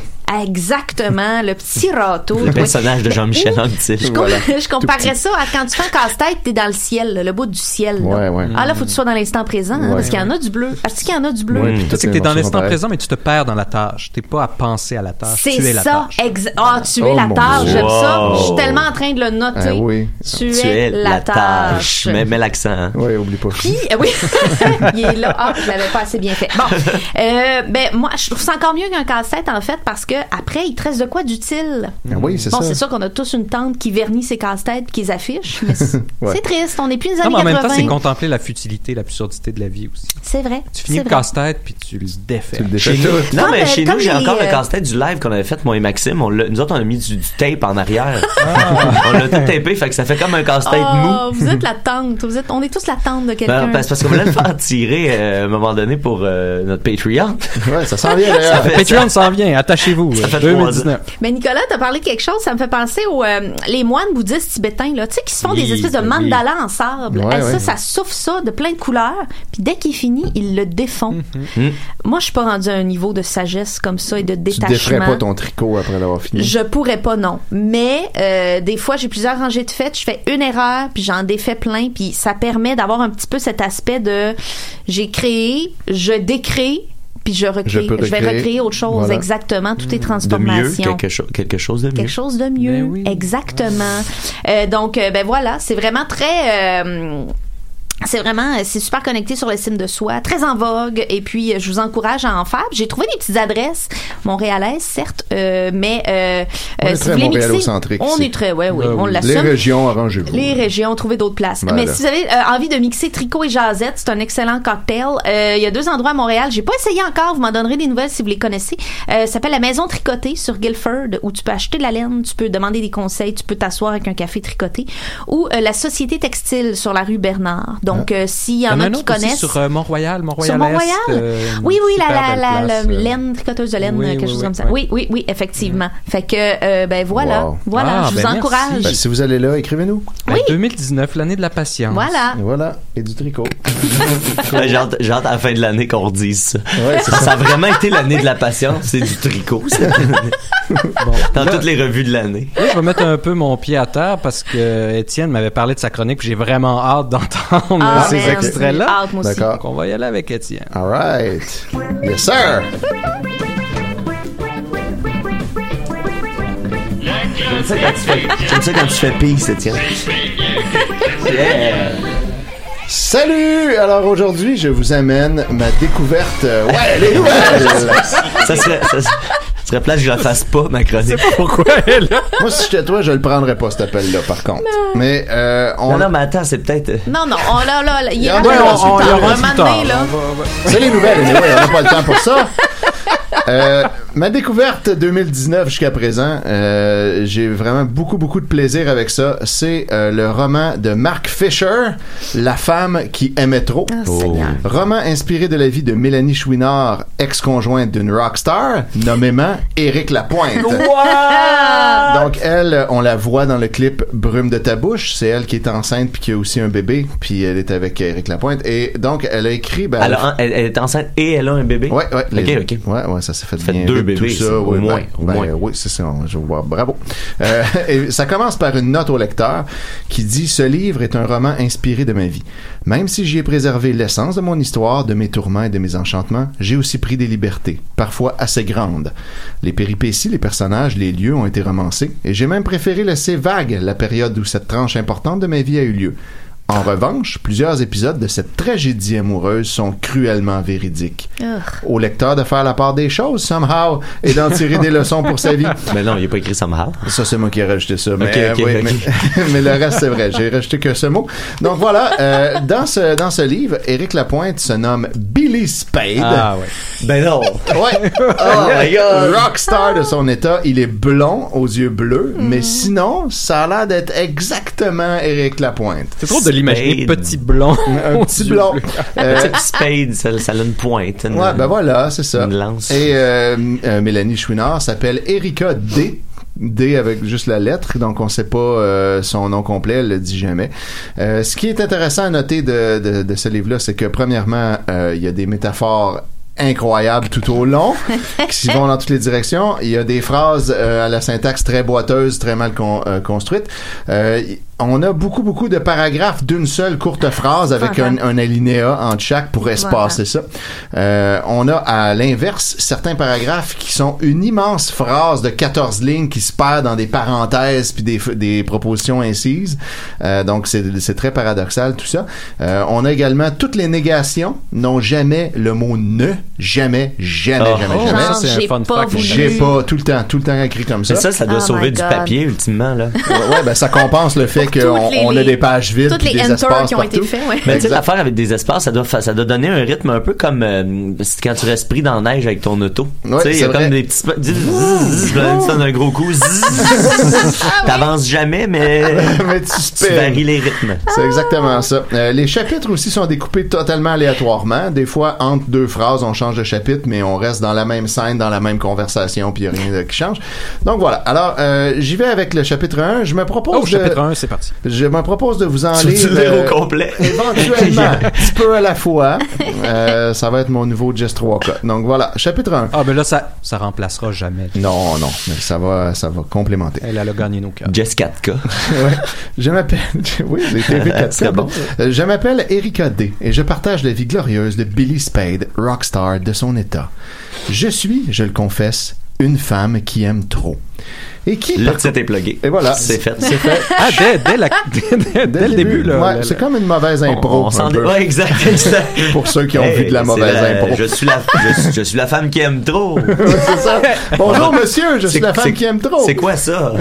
S6: Exactement, le petit râteau.
S7: Le personnage de Jean-Michel Anctil.
S6: Je, com- je comparais ça à quand tu fais un casse-tête, t'es dans le ciel, là, le bout du ciel. là.
S7: Ouais, ouais.
S6: Ah là, faut que tu sois dans l'instant présent, hein,
S4: Ouais.
S6: parce qu'il y en a du bleu. Est-ce qu'il y en a du bleu?
S4: Tu sais que t'es dans l'instant présent, mais tu te perds dans la tâche. T'es pas à penser à la tâche.
S6: C'est
S4: Tu es la
S6: ça.
S4: tâche.
S6: exa- Ah, tu es
S4: Oh,
S6: la
S4: mon
S6: tâche.
S4: Dieu.
S6: J'aime ça.
S4: Wow.
S6: Je suis tellement en train de le noter.
S7: Ah oui.
S6: Tu, es, la tâche.
S7: Mais mets l'accent. hein. Oui, oublie pas.
S6: Puis, euh, oui, il est là. Ah, je l'avais pas assez bien fait. Bon, Euh, ben moi, je trouve ça encore mieux qu'un casse-tête en fait, parce que après, il te reste de quoi d'utile.
S5: Ah oui, c'est
S6: bon,
S5: ça.
S6: c'est sûr qu'on a tous une tante qui vernit ses casse-têtes, qui les affiche. Mais c'est
S4: Ouais.
S6: c'est triste. On n'est plus les
S4: Non,
S6: années
S4: mais en même temps,
S6: 80.
S4: c'est contempler la futilité, l'absurdité de la vie aussi.
S6: C'est vrai.
S4: Tu finis
S6: c'est
S4: le
S6: vrai.
S4: casse-tête, puis tu le défais. Tu le
S7: Chez nous- Non, mais chez nous, j'ai encore le
S6: euh,
S7: casse-tête du live qu'on avait fait, moi et Maxime. On l'a- nous autres, on a mis du, du tape en arrière. on l'a tout tapé, fait que ça fait comme un casse-tête
S6: Oh,
S7: mou.
S6: vous êtes la tante. Vous êtes, on est tous la tante de quelqu'un.
S7: Ben, parce parce qu'on voulait le faire tirer euh, à un moment donné pour euh, notre Patreon.
S5: Ouais, ça
S6: s'en vient, d'ailleurs.
S4: Ah, Patreon s'en vient, attachez-vous.
S7: Ça fait trois ans.
S4: 2019.
S6: Mais Ben, Nicolas, t'as parlé de quelque chose, ça me fait penser aux euh, les moines bouddhistes tibétains là, tu sais qui se font
S4: Oui,
S6: des espèces de
S4: oui.
S6: mandalas en sable.
S4: Ouais,
S6: Eh,
S4: ouais.
S6: Ça, ça souffle ça de plein de couleurs. Puis dès qu'il est fini, ils le défont.
S4: Mhm.
S6: Moi, je suis pas rendue à un niveau de sagesse comme ça et de
S5: Tu déferais
S6: détachement.
S5: pas ton tricot après l'avoir fini.
S6: Je pourrais pas, non. Mais euh, des fois, j'ai plusieurs rangées de fêtes, je fais une erreur, puis j'en défais plein, puis ça permet d'avoir un petit peu cet aspect de j'ai créé, je décrée, puis je recrée.
S7: Je peux
S6: vais
S7: recréer.
S6: recréer autre chose,
S7: Voilà.
S6: exactement. Tout est
S7: Mm. De mieux,
S6: transformation.
S7: quelque, cho- quelque chose de mieux.
S6: Quelque chose de mieux. Exactement. Euh, donc, euh, ben voilà, c'est vraiment très. euh, c'est vraiment, euh, c'est super connecté sur l'estime de soi, très en vogue. Et puis, euh, je vous encourage à en faire. J'ai trouvé des petites adresses montréalaises, certes, euh, mais euh,
S5: On
S6: euh,
S5: est
S6: si
S5: très
S6: vous voulez mixer,
S5: montréalocentrique
S6: on
S5: ici.
S6: est très, ouais, oui,
S5: Ah
S6: on
S5: oui.
S6: l'assume.
S5: Les régions, arrangez-vous. Ben,
S6: Les régions, trouvez d'autres places.
S5: Voilà.
S6: Mais si vous avez euh, envie de mixer tricot et jasette, c'est un excellent cocktail. Euh, il y a deux endroits à Montréal. J'ai pas essayé encore. Vous m'en donnerez des nouvelles si vous les connaissez. Euh, ça s'appelle la Maison Tricotée sur Guilford, où tu peux acheter de la laine, tu peux demander des conseils, tu peux t'asseoir avec un café tricoté. Ou euh, la Société Textile sur la rue Bernard. Donc, euh, s'il y en
S4: T'en as
S6: a
S4: un
S6: qui
S4: autre Ah. aussi
S6: connaissent.
S4: Sur euh, Mont-Royal, Mont-Royal. euh,
S6: Sur Mont-Royal? oui, oui, la, la, la, la
S4: laine.
S6: laine, tricoteuse de laine,
S4: euh. oui,
S6: quelque
S4: oui,
S6: chose
S4: oui, Mm.
S6: comme ça. Oui, oui, oui, effectivement. Fait que, euh, ben voilà,
S4: Wow.
S6: voilà,
S4: Ah,
S6: je vous
S4: ben merci.
S6: encourage.
S4: Ben,
S5: Si vous allez là, écrivez-nous.
S4: En 2019, l'année de la patience.
S6: Voilà.
S5: Et voilà. Et du tricot.
S7: Ouais, J'ai hâte j'ai hâte à la fin de l'année qu'on redise ça.
S5: c'est
S7: ça.
S5: ça.
S7: a vraiment été l'année de la patience, c'est du tricot. ça. Dans toutes les revues de l'année.
S4: Là, je vais mettre un peu mon pied à terre parce que euh, Étienne m'avait parlé de sa chronique, puis j'ai vraiment hâte d'entendre
S5: Ah,
S4: ces
S5: merci.
S4: extraits-là.
S5: Hâte, moi aussi. D'accord.
S4: Donc, on va y aller avec Étienne.
S5: All right. Yes, sir.
S7: J'aime ça quand tu fais, j'aime ça quand tu fais pis, c'est tiens.
S5: Salut! Alors aujourd'hui, je vous amène ma découverte. euh, Ouais, les nouvelles!
S7: ça serait, ça serait- ça serait plate que je la fasse pas, ma chronique.
S4: pourquoi
S5: Moi, si j'étais toi, je le prendrais pas cet appel-là, par contre. Mais euh, on.
S7: Non, non, mais attends, c'est peut-être. euh,
S6: Non, non, on, là, là, là, il y a
S5: Ouais,
S6: un peu
S5: on-
S6: plus
S5: on-
S6: tard.
S5: il y aura
S6: Un
S5: plus
S6: moment
S5: tard.
S6: donné, là.
S5: C'est les nouvelles, mais ouais, on n'a pas le temps pour ça. Euh, ma découverte 2019 jusqu'à présent, euh, j'ai vraiment beaucoup beaucoup de plaisir avec ça. C'est euh, le roman de Mark Fisher, La femme qui aimait trop. Oh. Roman inspiré de la vie de Mélanie Chouinard, ex-conjointe d'une rockstar, nommément Éric Lapointe. Donc elle, euh, on la voit dans le clip Brume de ta bouche. C'est elle qui est enceinte puis qui a aussi un bébé. Puis elle est avec Eric Lapointe. Et donc elle a écrit. Ben,
S7: Elle, a un- elle- elle est enceinte et elle a un bébé.
S5: Ouais, ouais. les-
S7: ok, ok.
S5: Ouais, ouais, ça s'est fait,
S7: Fait
S5: bien
S7: deux
S5: vite, tout
S7: bébés, ça,
S5: ça,
S7: au
S5: ouais,
S7: moins,
S5: ben,
S7: au
S5: ben,
S7: moins.
S5: euh, oui, c'est ça. on- Je vois, bravo. Euh, et ça commence par une note au lecteur qui dit Ce livre est un roman inspiré de ma vie. Même si j'y ai préservé l'essence de mon histoire, de mes tourments et de mes enchantements, j'ai aussi pris des libertés, parfois assez grandes. Les péripéties, les personnages, les lieux ont été romancés, et j'ai même préféré laisser vague la période où cette tranche importante de ma vie a eu lieu. En revanche, plusieurs épisodes de cette tragédie amoureuse sont cruellement véridiques au lecteur de faire la part des choses, somehow, et d'en tirer des leçons pour sa vie.
S7: Mais non, il n'a pas écrit ça mal.
S5: Ça, c'est moi qui ai rajouté ça. Mais,
S7: Ok,
S5: euh,
S7: ok,
S5: oui,
S7: ok.
S5: mais- mais le reste, c'est vrai. J'ai rajouté que ce mot. Donc voilà, euh, dans, ce, dans ce livre, Éric Lapointe se nomme Billy Spade.
S4: Ah, ouais.
S7: Ben non.
S5: Ouais.
S7: Oh my God.
S5: Rockstar de son état. Il est blond, aux yeux bleus, mais sinon, ça a l'air d'être exactement Éric Lapointe.
S4: C'est trop de l'imaginer
S7: Spade.
S4: petit blond.
S5: Un petit blond. Euh,
S7: Petit spade, ça, ça a une pointe. une-
S5: Ouais, ben voilà, c'est ça.
S7: Une lance.
S5: Et euh, euh, Mélanie Chouinard s'appelle Erika D. D avec juste la lettre, donc on sait pas euh, son nom complet, elle le dit jamais. Euh, ce qui est intéressant à noter de, de, de ce livre-là, c'est que premièrement, euh, il y a des métaphores incroyable tout au long, qui vont dans toutes les directions. Il y a des phrases euh, à la syntaxe très boiteuse, très mal con- euh, construite. Euh, y- on a beaucoup, beaucoup de paragraphes d'une seule courte phrase avec un, un alinéa entre chaque pour espacer ça. Euh, on a à l'inverse certains paragraphes qui sont une immense phrase de 14 lignes qui se perd dans des parenthèses puis des, f- des propositions incises. Euh, donc, c'est c'est très paradoxal tout ça. Euh, on a également toutes les négations n'ont jamais le mot ne, jamais, jamais,
S7: Oh.
S5: jamais,
S7: Oh,
S5: jamais.
S7: ça, c'est un J'ai fun pas fact. voulu.
S5: J'ai pas tout le temps, tout le temps écrit comme ça.
S7: Mais ça, ça doit Oh my sauver du God. papier,
S5: ultimement là. ouais, ouais, ben ça compense le fait qu'on
S7: les-
S5: on a
S7: les-
S5: des pages vides,
S6: toutes
S5: puis
S6: les
S5: des
S6: enters
S5: espaces
S6: qui ont été
S5: partout.
S6: faits, ouais.
S7: Mais tu sais, l'affaire avec des espaces, ça doit, fa- ça doit donner un rythme un peu comme euh, c'est quand tu restes pris dans la neige avec ton auto. tu sais, il y
S5: c'est
S7: a
S5: vrai.
S7: comme des petits. spa- zzz, zzz, zzz, là, Tu donnes un gros coup. zzz, zzz. T'avances jamais, mais,
S5: mais
S7: tu, varies les rythmes.
S5: C'est exactement ça. Euh, les chapitres aussi sont découpés totalement aléatoirement. Des fois, entre deux phrases, on change de chapitre, mais on reste dans la même scène, dans la même conversation, puis il n'y a rien de- qui change. Donc voilà. Alors, euh, j'y vais avec le chapitre 1. Je me propose
S4: Oh,
S5: de...
S4: chapitre 1, c'est parti.
S5: Je me propose de vous en
S4: Tu veux-tu
S5: lire... euh,
S4: le lire au complet?
S5: Éventuellement, un petit peu à la fois. Euh, ça va être mon nouveau Just 3 Donc voilà, chapitre 1.
S4: Ah, ben là, ça, ça remplacera jamais.
S5: Non, non, mais ça va, ça va complémenter.
S4: Elle a le gagné nos cœurs.
S7: Jess 4K.
S5: Ouais. Je m'appelle. Oui, les TV
S7: Ça serait bon.
S5: Euh, Je m'appelle Erika D et je partage la vie glorieuse de Billy Spade, rockstar de son état. Je suis, je le confesse, une femme qui aime trop. Et qui.
S7: Là,
S5: par-
S7: tu t'es plugué.
S5: Et voilà.
S7: C'est fait.
S5: C'est fait.
S4: Ah, dès, dès la- dès- dès le début, là.
S5: Ouais,
S4: là,
S5: c'est
S4: là.
S5: comme une mauvaise
S7: On-
S5: impro.
S7: on s'en
S5: un
S7: dé-
S5: peu.
S7: ouais, exact, exact.
S5: Pour ceux qui ont
S7: Hey,
S5: vu de la
S7: c'est
S5: mauvaise
S7: la-
S5: impro.
S7: Je suis la, je, suis- je suis la femme qui aime trop.
S5: c'est ça. Bonjour, monsieur, je suis
S7: C'est-
S5: la femme
S7: c'est-
S5: qui aime trop. Ah!
S7: C'est quoi ça?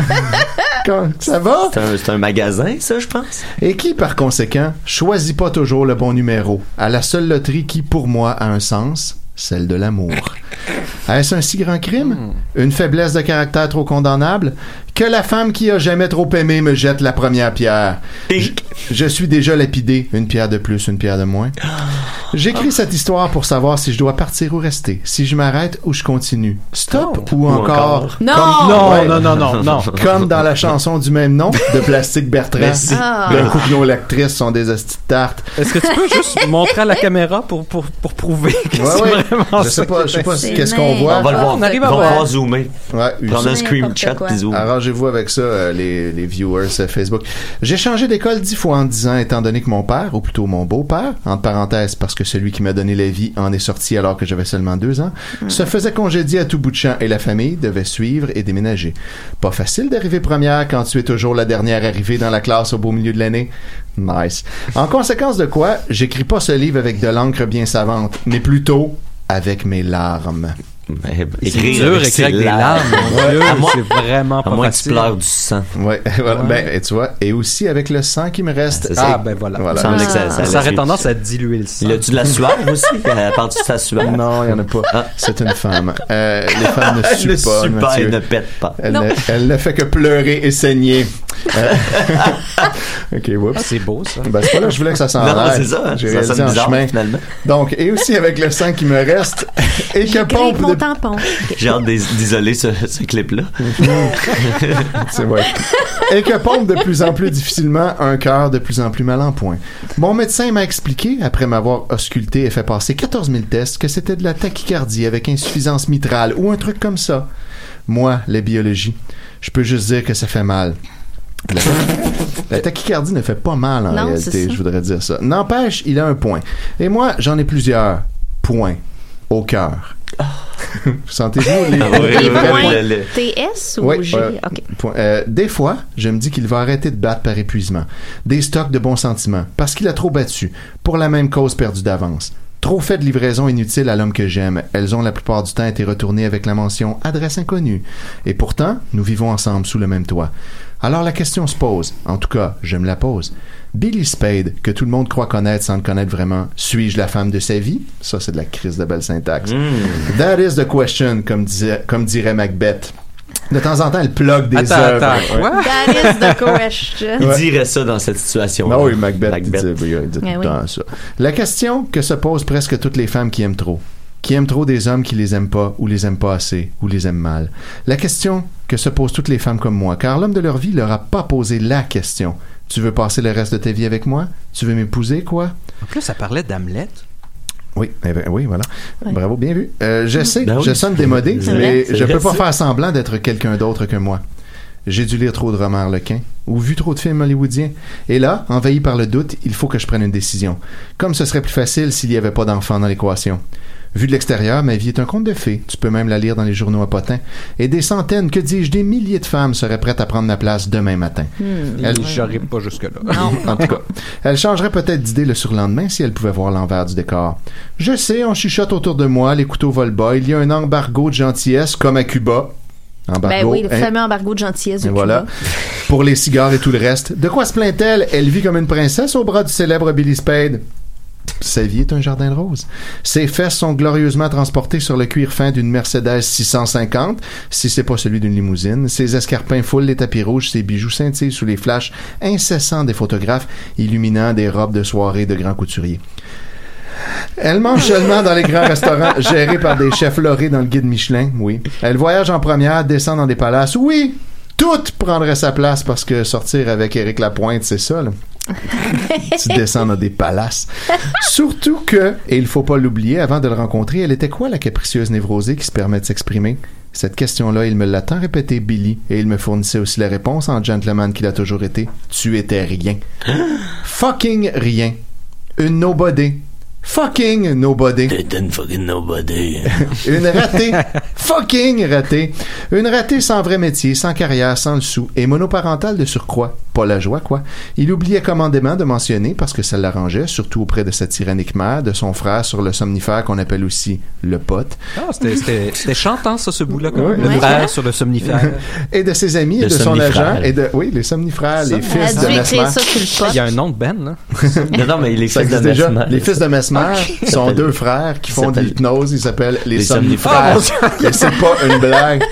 S5: Quand- Ça va?
S7: C'est un, c'est un magasin, ça, je pense?
S5: Et qui, par conséquent, choisit pas toujours le bon numéro, à la seule loterie qui, pour moi, a un sens, celle de l'amour. Est-ce un si grand crime?
S4: Hmm.
S5: Une faiblesse de caractère trop condamnable? Que la femme qui a jamais trop aimé me jette la première pierre. Je, je suis déjà lapidé, une pierre de plus, une pierre de moins. J'écris cette histoire pour savoir si je dois partir ou rester, si je m'arrête ou je continue. Stop ou, encore.
S4: encore. Non! Non, non, non, non, non.
S5: Comme dans la chanson du même nom de Plastique Bertrand.
S4: Merci. Ah.
S5: D'un coup que nos lectrices sont des astis de tartes.
S4: Est-ce que tu peux juste montrer à la caméra pour, pour, pour prouver que
S5: Ouais,
S4: c'est
S5: ouais.
S4: vraiment
S5: Je sais
S4: ça
S5: pas,
S4: que
S5: je sais pas
S4: c'est?
S5: qu'est-ce qu'on voit.
S7: On va le voir.
S4: Ah, On arrive à
S7: On va
S4: voir.
S7: voir zoomer.
S5: Ouais,
S7: Prendre un
S5: Ulysse.
S7: screenshot puis zoomer.
S5: Arrangez-vous avec ça, euh, les, les viewers euh, Facebook. J'ai changé d'école dix fois en dix ans, étant donné que mon père, ou plutôt mon beau-père, entre parenthèses parce que celui qui m'a donné la vie en est sorti alors que j'avais seulement deux ans, se faisait congédier à tout bout de champ et la famille devait suivre et déménager. Pas facile d'arriver première quand tu es toujours la dernière arrivée dans la classe au beau milieu de l'année. Nice. En conséquence de quoi, j'écris pas ce livre avec de l'encre bien savante, mais plutôt avec mes larmes.
S7: Eh, écrire avec ses larmes.
S5: Ouais.
S7: À moins-
S4: vraiment
S7: pas moins que tu facile. pleures du sang.
S5: Ouais, voilà.
S4: Ouais.
S5: Ben, et tu vois, et aussi avec le sang qui me reste.
S7: ça.
S5: Et-
S7: Ah, ben voilà. Il semblait
S5: Ah,
S7: que ça- ça allait
S4: Ça aurait
S7: suivre.
S4: tendance à diluer le sang.
S7: Il a-tu de la sueur aussi? À part de sa sueur?
S5: Non, il n'y en a pas. C'est une femme. Euh, les femmes ne suent
S7: Ah. Elle ne
S5: pas.
S7: sue pas,
S5: Mathieu.
S7: elle ne pète pas.
S5: Elle,
S7: Non.
S5: ne, elle ne fait que pleurer et saigner. Euh, ok, whoops.
S4: Ah, c'est beau, ça.
S5: Ben, c'est pas là que je voulais que ça s'en
S7: Non,
S5: aille.
S7: c'est ça. hein.
S5: J'ai
S7: Ça
S5: réalisé
S7: sonne
S5: en
S7: bizarre,
S5: chemin.
S7: finalement.
S5: Donc, et aussi avec le sang qui me reste et que pompe
S6: Grille mon
S5: de
S6: tampon.
S7: J'ai hâte d'is- d'isoler ce, ce clip-là.
S5: C'est vrai. Et que pompe de plus en plus difficilement un cœur de plus en plus mal en point. Mon médecin m'a expliqué, après m'avoir ausculté et fait passer 14 000 tests, que c'était de la tachycardie avec insuffisance mitrale ou un truc comme ça. Moi, la biologie, je peux juste dire que ça fait mal. La, la tachycardie ne fait pas mal en
S6: Non, c'est
S5: réalité,
S6: ça.
S5: je voudrais dire ça. N'empêche, il a un point. Et moi, j'en ai plusieurs points au cœur.
S6: Ah.
S5: Vous Sentez-vous les,
S7: Ah oui,
S5: les
S7: oui,
S5: vrais
S7: oui,
S5: points?
S7: le- le-
S6: TS ou
S5: Oui,
S6: G?
S5: euh,
S6: OK.
S5: point. Euh, des fois, je me dis qu'il va arrêter de battre par épuisement. Des stocks de bons sentiments, parce qu'il a trop battu, pour la même cause perdue d'avance. Trop fait de livraisons inutiles à l'homme que j'aime. Elles ont la plupart du temps été retournées avec la mention adresse inconnue. Et pourtant, nous vivons ensemble sous le même toit. Alors la question se pose, en tout cas, je me la pose. Billy Spade, que tout le monde croit connaître sans le connaître vraiment, suis-je la femme de sa vie? Ça, c'est de la crise de belle syntaxe. That is the question, comme, disait, comme dirait Macbeth. De temps en temps, elle plug des
S7: Attends,
S5: œuvres.
S7: attends,
S5: Ouais.
S7: quoi?
S6: That is the question.
S7: Il dirait ça dans cette situation.
S5: Ah oui, Macbeth, il
S7: Macbeth.
S5: dit- il dit tout
S6: Eh
S5: le
S6: oui.
S5: temps ça. La question que se posent presque toutes les femmes qui aiment trop. Qui aiment trop des hommes qui les aiment pas, ou les aiment pas assez, ou les aiment mal. La question que se posent toutes les femmes comme moi, car l'homme de leur vie leur a pas posé la question. Tu veux passer le reste de ta vie avec moi? Tu veux m'épouser, quoi?
S4: En plus, ça parlait d'Hamlet.
S5: Oui, eh ben, oui, voilà.
S11: Ouais.
S5: Bravo, bien vu. Euh, je sais,
S11: Ben oui.
S5: je sonne démodé,
S11: C'est
S5: mais
S11: vrai, c'est
S5: je
S11: vrai,
S5: peux pas
S11: ça.
S5: faire semblant d'être quelqu'un d'autre que moi. J'ai dû lire trop de romans Harlequin ou vu trop de films hollywoodiens. Et là, envahi par le doute, il faut que je prenne une décision. Comme ce serait plus facile s'il n'y avait pas d'enfants dans l'équation. Vu de l'extérieur, ma vie est un conte de fées. Tu peux même la lire dans les journaux à potins. Et des centaines, que dis-je, des milliers de femmes seraient prêtes à prendre ma place demain matin. Elle-
S4: J'arrive pas jusque-là.
S5: en tout cas, elle changerait peut-être d'idée le surlendemain si elle pouvait voir l'envers du décor. Je sais, on chuchote autour de moi, les couteaux volent bas, il y a un embargo de gentillesse comme à Cuba.
S6: ben
S5: Embargo,
S6: oui, le
S5: hein,
S6: fameux embargo de gentillesse.
S5: et
S6: de
S5: voilà.
S6: Cuba.
S5: Pour les cigares et tout le reste. De quoi se plaint-elle Elle vit comme une princesse au bras du célèbre Billy Spade. Sa vie est un jardin de roses. Ses fesses sont glorieusement transportées sur le cuir fin d'une Mercedes 650, si c'est pas celui d'une limousine. Ses escarpins foulent les tapis rouges, ses bijoux scintillent sous les flashs incessants des photographes, illuminant des robes de soirée de grands couturiers. Elle mange seulement dans les grands restaurants gérés par des chefs lorés dans le guide Michelin, oui. Elle voyage en première, descend dans des palaces, oui. Tout prendrait sa place parce que sortir avec Éric Lapointe, c'est ça, là. tu descends dans des palaces. Surtout que, et il faut pas l'oublier, avant de le rencontrer, elle était quoi la capricieuse névrosée qui se permet de s'exprimer? Cette question-là, il me l'a tant répétée, Billy, et il me fournissait aussi la réponse en gentleman qu'il a toujours été. Tu étais rien. Fucking rien. Une nobody. Fucking nobody.
S7: fucking nobody.
S5: Une ratée. Fucking ratée. Une ratée sans vrai métier, sans carrière, sans le sou et monoparentale de surcroît. Pas la joie, quoi. Il oubliait commandément de mentionner, parce que ça l'arrangeait, surtout auprès de sa tyrannique mère, de son frère sur le somnifère qu'on appelle aussi le pote.
S4: Ah, c'était- c'était c'était chantant, ça, ce bout-là, quand même.
S5: Ouais.
S4: Le frère
S5: Ouais.
S4: sur le somnifère.
S5: et de ses amis, et
S4: Le
S5: de son
S4: somnifrère.
S5: agent, et de, oui, les somnifrères, les
S4: Somnifrère.
S5: fils
S4: Elle a
S5: de
S4: dû écrire
S5: Mesmer.
S4: ça sur le pote. Il y a un nom de Ben, là.
S7: non, non, mais les
S5: Ça
S7: fils de
S5: existe déjà.
S7: Mesmer.
S5: Les fils de Mesmer
S7: Ok.
S5: sont
S7: Ils
S5: deux
S7: s'appellent-
S5: frères qui
S7: ils
S5: font de
S7: s'appellent-
S5: l'hypnose. Ils s'appellent les,
S7: Les Ah,
S5: somnifères.
S7: somnifères.
S5: Et c'est pas une blague.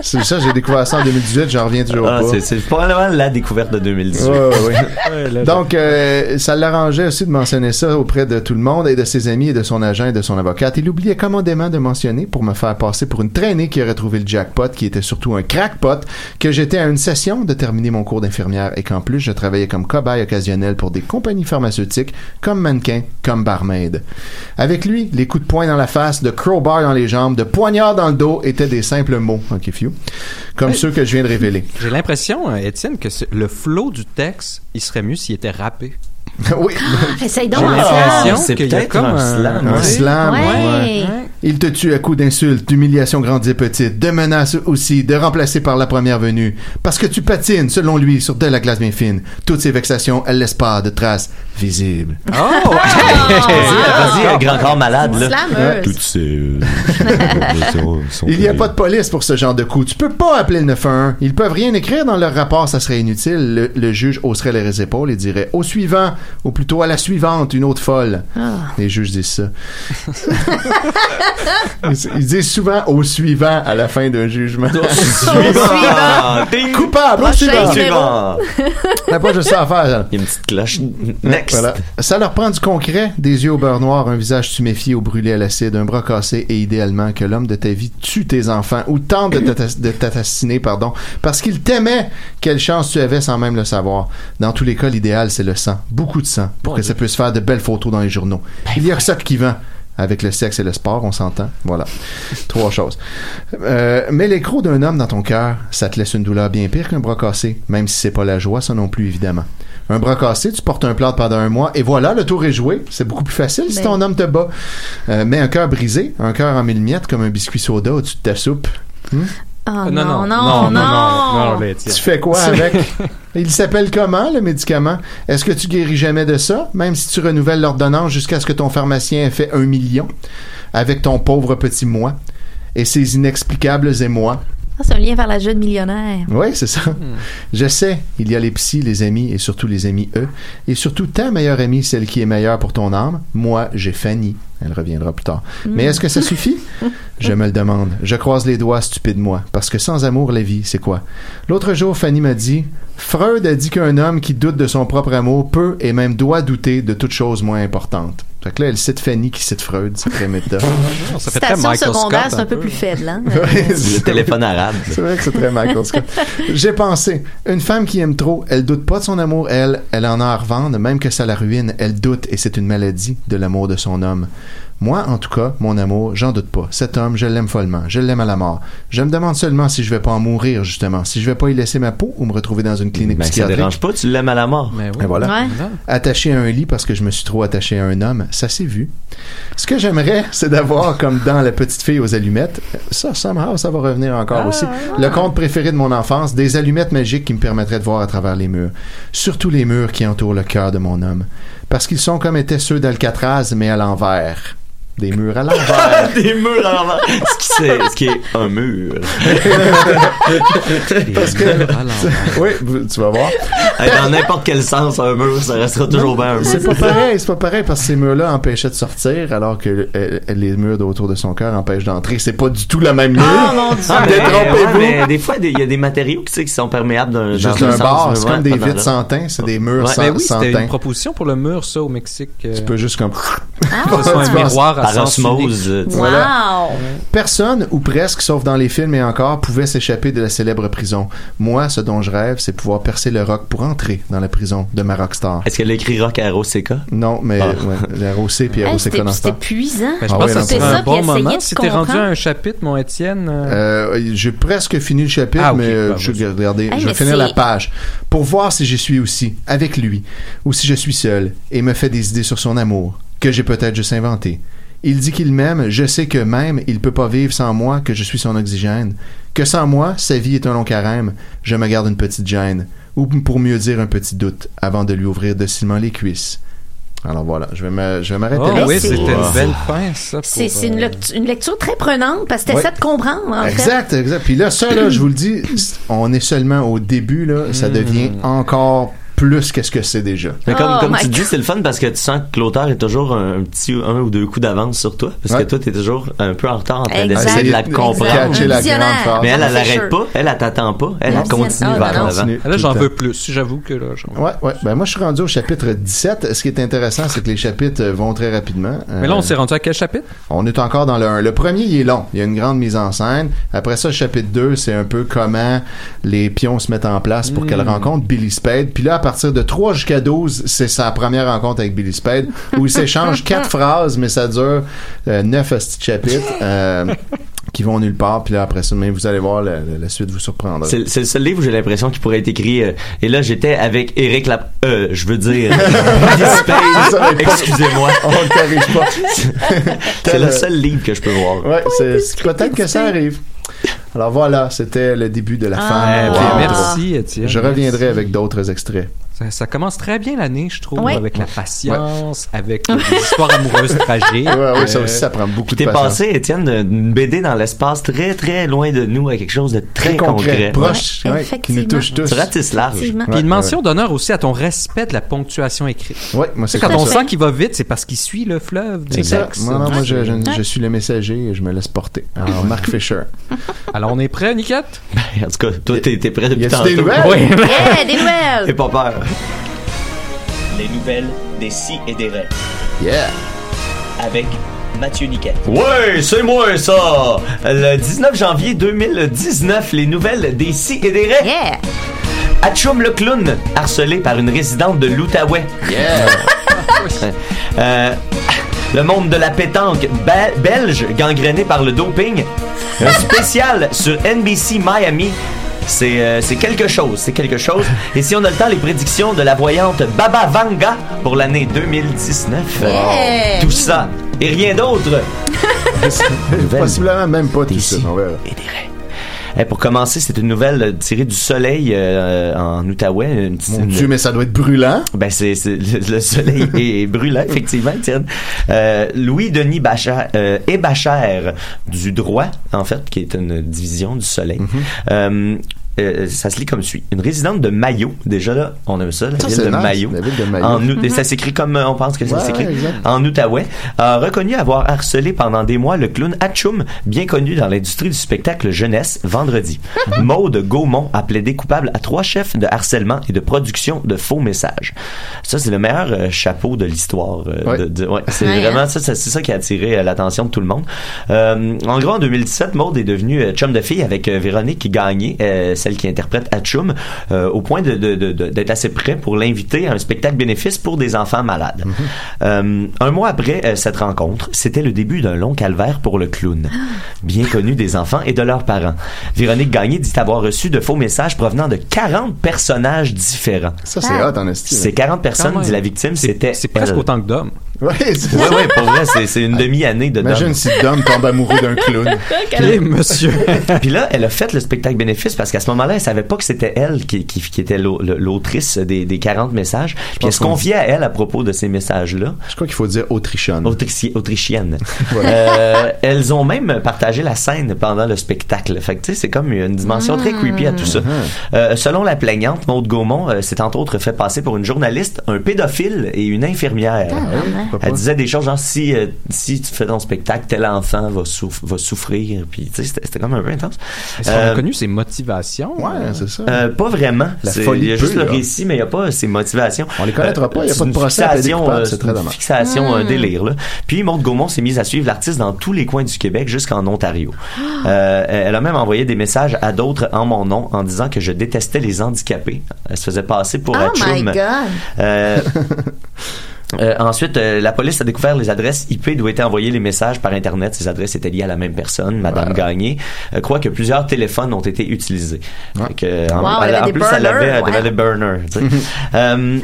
S5: C'est ça, j'ai découvert ça en 2018, j'en reviens toujours
S7: Ah,
S5: pas.
S7: c'est- c'est probablement la découverte de 2018.
S5: Ouais, ouais, ouais. Donc, euh, ça l'arrangeait aussi de mentionner ça auprès de tout le monde et de ses amis et de son agent et de son avocate. Il oubliait commandément de mentionner pour me faire passer pour une traînée qui aurait trouvé le jackpot, qui était surtout un crackpot, que j'étais à une session de terminer mon cours d'infirmière et qu'en plus, je travaillais comme cobaye occasionnel pour des compagnies pharmaceutiques, comme mannequin, comme barmaid. Avec lui, les coups de poing dans la face, de crowbar dans les jambes, de poignard dans le dos étaient des simples mots, ok, few, comme
S4: Ouais.
S5: ceux que je viens de révéler.
S4: J'ai l'impression, euh, Étienne, que c'est- le flow du texte, il serait mieux s'il était rappé.
S5: oui.
S6: Essaye
S4: J'ai
S6: donc en
S4: l'impression
S6: slam.
S4: qu'il y a
S7: peut-être
S4: comme
S7: un
S4: un hein?
S7: slam,
S5: Un slam,
S6: Ouais.
S5: Il te tue à coups d'insultes, d'humiliations grandes et petites, de menaces aussi, de remplacer par la première venue. Parce que tu patines, selon lui, sur de la glace bien fine. Toutes ces vexations, elles laissent pas de traces visibles.
S7: Oh!
S4: ah,
S7: Vas-y, vas-y, grand corps malade, là.
S5: Slameuse.
S7: Toutes ces.
S5: Il n'y a pas de police pour ce genre de coup. Tu peux pas appeler le 911. Ils peuvent rien écrire dans leur rapport, ça serait inutile. Le, le juge hausserait les épaules et dirait au suivant, ou plutôt à la suivante, une autre folle.
S6: Ah.
S5: Les juges disent ça. ils, ils disent souvent au suivant à la fin d'un jugement.
S7: Suivant. Ding.
S5: Coupable, au
S7: Prochain
S5: suivant.
S7: numéro.
S5: Mais Ben, pas juste ça à faire. ça.
S7: Il y a une petite cloche. Next.
S5: Voilà. Ça leur prend du concret, des yeux au beurre noir, un visage tuméfié ou brûlé à l'acide, un bras cassé et idéalement que l'homme de ta vie tue tes enfants ou tente de t'atta- de t'assassiner, pardon, parce qu'il t'aimait. Quelle chance tu avais sans même le savoir. Dans tous les cas, l'idéal, c'est le sang. Beaucoup de sang pour que ça puisse faire de belles photos dans les journaux. Il y a que ça qui vend. Avec le sexe et le sport, on s'entend. Voilà. Trois choses. Euh, mais l'écrou d'un homme dans ton cœur, ça te laisse une douleur bien pire qu'un bras cassé, même si c'est pas la joie, ça non plus, évidemment. Un bras cassé, tu portes un plâtre pendant un mois, et voilà, le tour est joué. C'est beaucoup plus facile si
S11: Ben.
S5: ton homme te bat. Euh, mais un cœur brisé, un cœur en mille miettes, comme un biscuit soda au-dessus de ta soupe. Hmm?
S6: Oh, non, non, non, non.
S5: tu fais quoi avec Il s'appelle comment le médicament Est-ce que tu guéris jamais de ça, même si tu renouvelles l'ordonnance jusqu'à ce que ton pharmacien ait fait un million avec ton pauvre petit moi et ses inexplicables émois
S6: Ah, c'est un lien vers la jeune millionnaire.
S5: oui, c'est ça. Je sais, il y a les psys, les amis, et surtout les amis eux, et surtout ta meilleure amie, celle qui est meilleure pour ton âme. Moi, j'ai Fanny. Elle reviendra plus tard.
S11: Mm.
S5: Mais est-ce que ça suffit? Je me le demande. Je croise les doigts, stupide moi, parce que sans amour, la vie, c'est quoi? L'autre jour, Fanny m'a dit, Freud a dit qu'un homme qui doute de son propre amour peut et même doit douter de toute chose moins importante. Fait que là, elle cite Fanny qui cite Freud, c'est très méta.
S4: Ça
S6: Station secondaire, c'est un peu plus faible. Hein?
S7: Le téléphone arabe.
S5: C'est vrai que c'est très Michael Scott. J'ai pensé, une femme qui aime trop, elle doute pas de son amour, elle, elle en a à revendre, même que ça la ruine, elle doute et c'est une maladie de l'amour de son homme. Moi, en tout cas, mon amour, j'en doute pas. Cet homme, je l'aime follement, je l'aime à la mort. Je me demande seulement si je vais pas en mourir, justement, si je vais pas y laisser ma peau ou me retrouver dans une clinique
S7: Ben, ça
S5: psychiatrique.
S7: dérange pas, tu l'aimes à la mort.
S5: Et voilà. Attaché à un lit parce que je me suis trop attaché à un homme, ça s'est vu. Ce que j'aimerais, c'est d'avoir, comme dans La Petite Fille aux Allumettes, ça, somehow, ça va revenir encore aussi, le conte préféré de mon enfance, des allumettes magiques qui me permettraient de voir à travers les murs. Surtout les murs qui entourent le cœur de mon homme. Parce qu'ils sont comme étaient ceux d'Alcatraz, mais à l'envers. Des murs à l'envers.
S7: Des murs à l'envers. Ce qui, c'est- ce qui est un mur.
S5: Parce que- oui, vous- tu vas voir.
S7: Hey, dans n'importe quel sens, un mur, ça restera toujours bien un mur.
S5: C'est pas pareil, c'est pas pareil parce que ces murs-là empêchaient de sortir alors que euh, les murs autour de son cœur empêchent d'entrer. C'est pas du tout la même mur.
S7: Ah, mais-
S5: Détrompez-vous.
S7: ouais, mais des fois, des- il y a des matériaux tu sais, qui sont perméables d'un
S5: Juste
S7: dans
S5: un
S7: sens,
S5: bar,
S7: mais
S5: c'est
S7: ouais,
S5: comme des
S7: pas dans
S5: vitres
S7: l'autre.
S5: sans teint, c'est des murs sans,
S4: mais oui,
S5: sans
S4: c'était
S5: teint.
S4: une proposition pour le mur, ça, au Mexique. euh,
S5: Tu peux juste comme.
S6: Ah,
S4: que ce soit un miroir à
S7: Par
S4: sens unique.
S7: osmose, euh, tu-
S5: Voilà. Personne, ou presque, sauf dans les films et encore, pouvait s'échapper de la célèbre prison. Moi, ce dont je rêve, c'est pouvoir percer le roc pour entrer dans la prison de ma rockstar.
S7: Est-ce qu'elle a écrit rock à Roseka?
S5: Non, mais
S7: Ah.
S5: ouais, la Rosé puis la
S6: Hey,
S5: Rosé
S6: c'était
S5: Constantin.
S6: c'était épuisant.
S5: Ben, je Ah pense ouais, que ça
S6: c'était
S5: serait un
S6: ça,
S5: bon
S6: puis
S5: moment.
S6: essayer de
S5: Si t'es rendu
S6: comprendre.
S5: à
S4: Un chapitre, mon Étienne. euh,
S5: Euh, j'ai presque fini le
S4: Ah,
S5: chapitre, mais euh, je vais regarder.
S4: Hey,
S5: je vais
S4: mais
S5: finir
S4: c'est-
S5: la page pour voir si je suis aussi avec lui ou si je suis seul et me fait des idées sur son amour que j'ai peut-être juste inventé. Il dit qu'il m'aime, je sais que même il peut pas vivre sans moi, que je suis son oxygène, que sans moi sa vie est un long carême. Je me garde une petite gêne ou pour mieux dire un petit doute avant de lui ouvrir docilement les cuisses. Alors voilà, je vais me- je vais m'arrêter.
S4: Oh
S5: là.
S4: oui, c'était une belle fin, ça. euh,
S6: C'est c'est une, lect- une lecture très prenante parce que
S5: Ouais.
S6: t'essaies de comprendre, en
S5: Exact, exact. Puis là, ça, là, je vous le dis, c'est- on est seulement au début, là. Ça devient encore plus qu'est-ce que c'est déjà.
S7: Mais comme,
S5: Oh
S7: comme
S5: my
S7: tu dis,
S5: God.
S7: c'est le fun parce que tu sens que l'auteur est toujours un, un petit un ou deux coups d'avance sur toi. Parce
S5: Ouais.
S7: que toi, t'es toujours un peu en retard en train
S5: Exact.
S7: d'essayer de la
S5: Essayer de
S7: comprendre.
S5: catcher la grande Visionnaire. phrase.
S7: Mais elle, elle
S5: C'est
S7: l'arrête
S5: sûr.
S7: pas. Elle, elle t'attend pas. Elle, elle continue vers l'avant.
S4: Ah, Là, j'en veux plus. J'avoue que là, j'en-
S5: Ouais, ouais. Ben, moi, je suis rendu au chapitre 17. Ce qui est intéressant, c'est que les chapitres euh, vont très rapidement. Euh,
S4: Mais là, on s'est rendu à quel chapitre?
S5: on est encore dans le 1. Le premier, il est long. Il y a une grande mise en scène. Après ça, le chapitre 2, c'est un peu comment les pions se mettent en place pour qu'elle rencontre Billy Spade. Puis là, à partir de 3 jusqu'à 12, c'est sa première rencontre avec Billy Spade, où ils s'échangent quatre phrases, mais ça dure euh, 9 à ce chapitre. euh, qui vont nulle part, puis là après ça, mais vous allez voir, la, la- la suite vous surprendra.
S7: C'est c'est le seul livre où j'ai l'impression qu'il pourrait être écrit. euh, et là, j'étais avec Eric Lap... Euh, je veux dire... Billy Spade.
S5: Ça, mais pas-
S7: Excusez-moi.
S5: On le corrige pas.
S7: C'est le seul livre que je peux voir.
S5: euh, Ouais, c'est- c'est- peut-être que ça arrive. Alors voilà, c'était le début de la
S4: Ah.
S5: fin.
S4: Eh bien, merci, Étienne.
S5: Euh, Je reviendrai avec d'autres extraits.
S4: Ça, ça commence très bien l'année, je trouve,
S5: Ouais.
S4: avec la patience, avec euh, des histoires amoureuses tragiques.
S5: Ouais, ouais, ça
S4: Euh,
S5: aussi, ça prend beaucoup
S7: Puis
S5: de
S7: t'es
S5: patience.
S7: passé, Étienne, euh, d'une BD dans l'espace très très loin de nous à quelque chose de très,
S5: Très concret,
S7: concret,
S5: proche, Ouais, ouais, effectivement. qui nous touche tous.
S7: Tu Bratislava.
S4: Puis
S5: Ouais,
S4: une mention d'honneur aussi à ton respect de la ponctuation écrite.
S5: Ouais, moi, c'est
S4: quand
S5: comme
S4: on
S5: ça.
S4: sent qu'il va vite, c'est parce qu'il suit le fleuve.
S5: C'est ça. Moi, non, moi, je, je-
S4: Ouais.
S5: je suis le messager et je me laisse porter. Alors, Marc Fisher.
S4: Alors, on est prêt, Niquette?
S7: En tout cas, toi, t'es t'es prêt depuis
S5: Y a-tu
S7: tantôt.
S5: des nouvelles?
S7: Oui.
S6: fait. Eh, des nouvelles!
S7: T'es pas peur.
S11: Les nouvelles des si et des rêves.
S5: Yeah!
S11: Avec Mathieu Niquette.
S7: Ouais, c'est moi ça! Le 19 janvier 2019, les nouvelles des si et des raies.
S6: Yeah!
S7: Atchoum le clown, harcelé par une résidente de l'Outaouais.
S5: Yeah!
S7: Euh, le monde de la pétanque be- belge, gangréné par le doping. Un spécial sur NBC Miami. C'est euh, c'est quelque chose, c'est quelque chose. Et si on a le temps, les prédictions de la voyante Baba Vanga pour l'année 2019.
S5: Yeah!
S7: Euh, Tout ça et rien d'autre.
S5: Possiblement même pas tout ça. on verra.
S7: Eh, pour commencer, c'est une nouvelle euh, tirée du soleil euh, en Outaouais. Une,
S5: Mon Dieu, mais ça doit être brûlant.
S7: Ben, c'est, c'est- le, le soleil est, est brûlant, effectivement, Étienne. Euh, Louis-Denis Bacher, euh,
S5: Mm-hmm.
S7: Hébacher du droit, en fait, qui est une division du soleil, euh, euh, ça se lit comme suit. Une résidente de Mayo, déjà là, on aime ça, la,
S5: Ça,
S7: ville,
S5: c'est
S7: de
S5: nice,
S7: Mayo,
S5: la ville de Mayo.
S7: En août,
S5: Mhm.
S7: et ça s'écrit comme euh, on pense que ça
S5: Ouais,
S7: s'écrit.
S5: ouais, exact.
S7: en Outaouais, a reconnu avoir harcelé pendant des mois le clown Hatchoum, bien connu dans l'industrie du spectacle jeunesse, vendredi. Maude Gaumont a plaidé coupable à trois chefs de harcèlement et de production de faux messages. Ça, c'est le meilleur euh, chapeau de l'histoire. euh, de- de- ouais, c'est
S12: Ouais,
S7: vraiment
S12: hein.
S7: ça, ça- c'est ça qui a attiré euh, l'attention de tout le monde. Euh, en gros, en 2017, Maude est devenue euh, chum de fille avec euh, Véronique Gagné, euh, celle qui interprète Hatchoum, euh, au point de- de- de- de- d'être assez près pour l'inviter à un spectacle bénéfice pour des enfants malades.
S5: Mhm.
S7: Euh, un mois après euh, cette rencontre, c'était le début d'un long calvaire pour le clown, bien connu des enfants et de leurs parents. Véronique Gagné dit avoir reçu de faux messages provenant de 40 personnages différents.
S5: Ça, c'est hot, en estime.
S7: Ces 40 personnes,
S5: Quand même.
S7: dit la victime, c'était. C'est
S5: presque
S7: autant que d'hommes.
S5: Ouais, c'est-
S7: Oui, oui, pour vrai, c'est- c'est une demi-année de
S5: Imagine
S7: Dom.
S5: si Dom tombe amoureux d'un clown.
S7: Puis- Puis là, elle a fait le spectacle bénéfice parce qu'à ce moment-là, elle savait pas que c'était elle qui, qui, qui était l'au- le- l'autrice des, des 40 messages. Puis
S5: pense
S7: elle se
S5: qu'on
S7: confiait à elle à propos de ces messages-là. Je crois qu'il faut dire autrichonne. autrichienne.
S5: Voilà.
S7: Euh, elles ont même partagé la scène pendant le spectacle. Fait que tu sais, c'est comme une dimension très creepy à tout ça.
S5: Ah.
S7: Euh, selon la plaignante, Maude Gaumont euh, s'est entre autres fait passer pour une journaliste, un pédophile et une infirmière.
S5: Ah,
S7: Elle disait des choses genre si euh, si tu fais ton spectacle, tel enfant va, souff- va souffrir. Puis tu sais, c'était c'était comme un peu intense.
S4: Est-ce qu'on a connu ses motivations? Ouais,
S5: c'est ça.
S7: Euh, pas vraiment.
S4: La
S7: C'est-
S4: folie
S7: il y a juste
S4: pure,
S7: le
S4: là.
S7: récit, mais il n'y a pas euh, ses motivations. Euh, On
S5: les connaîtra pas, il y a pas de procès à plaider coupable, c'est très
S7: euh, une
S5: dommage.
S7: fixation, un
S12: Hmm.
S5: Mm.
S7: délire. Là. Puis Maud Gaumont s'est mise à suivre l'artiste dans tous les coins du Québec jusqu'en Ontario. Euh, elle a même envoyé des messages à d'autres en mon nom en disant que je détestais les handicapés. Elle se faisait passer pour un
S12: Oh my
S7: chum.
S12: God.
S7: Euh, euh, ensuite, euh, la police a découvert les adresses IP d'où étaient envoyés les messages par Internet. Ces adresses étaient liées à la même personne, Madame Gagné. Euh, croit que plusieurs téléphones ont été utilisés. Fait que, en,
S12: Wow, elle
S7: elle-
S12: avait
S7: en
S12: des
S7: plus, elle avait, elle
S12: burners,
S7: avait des burners. tu sais. Euh,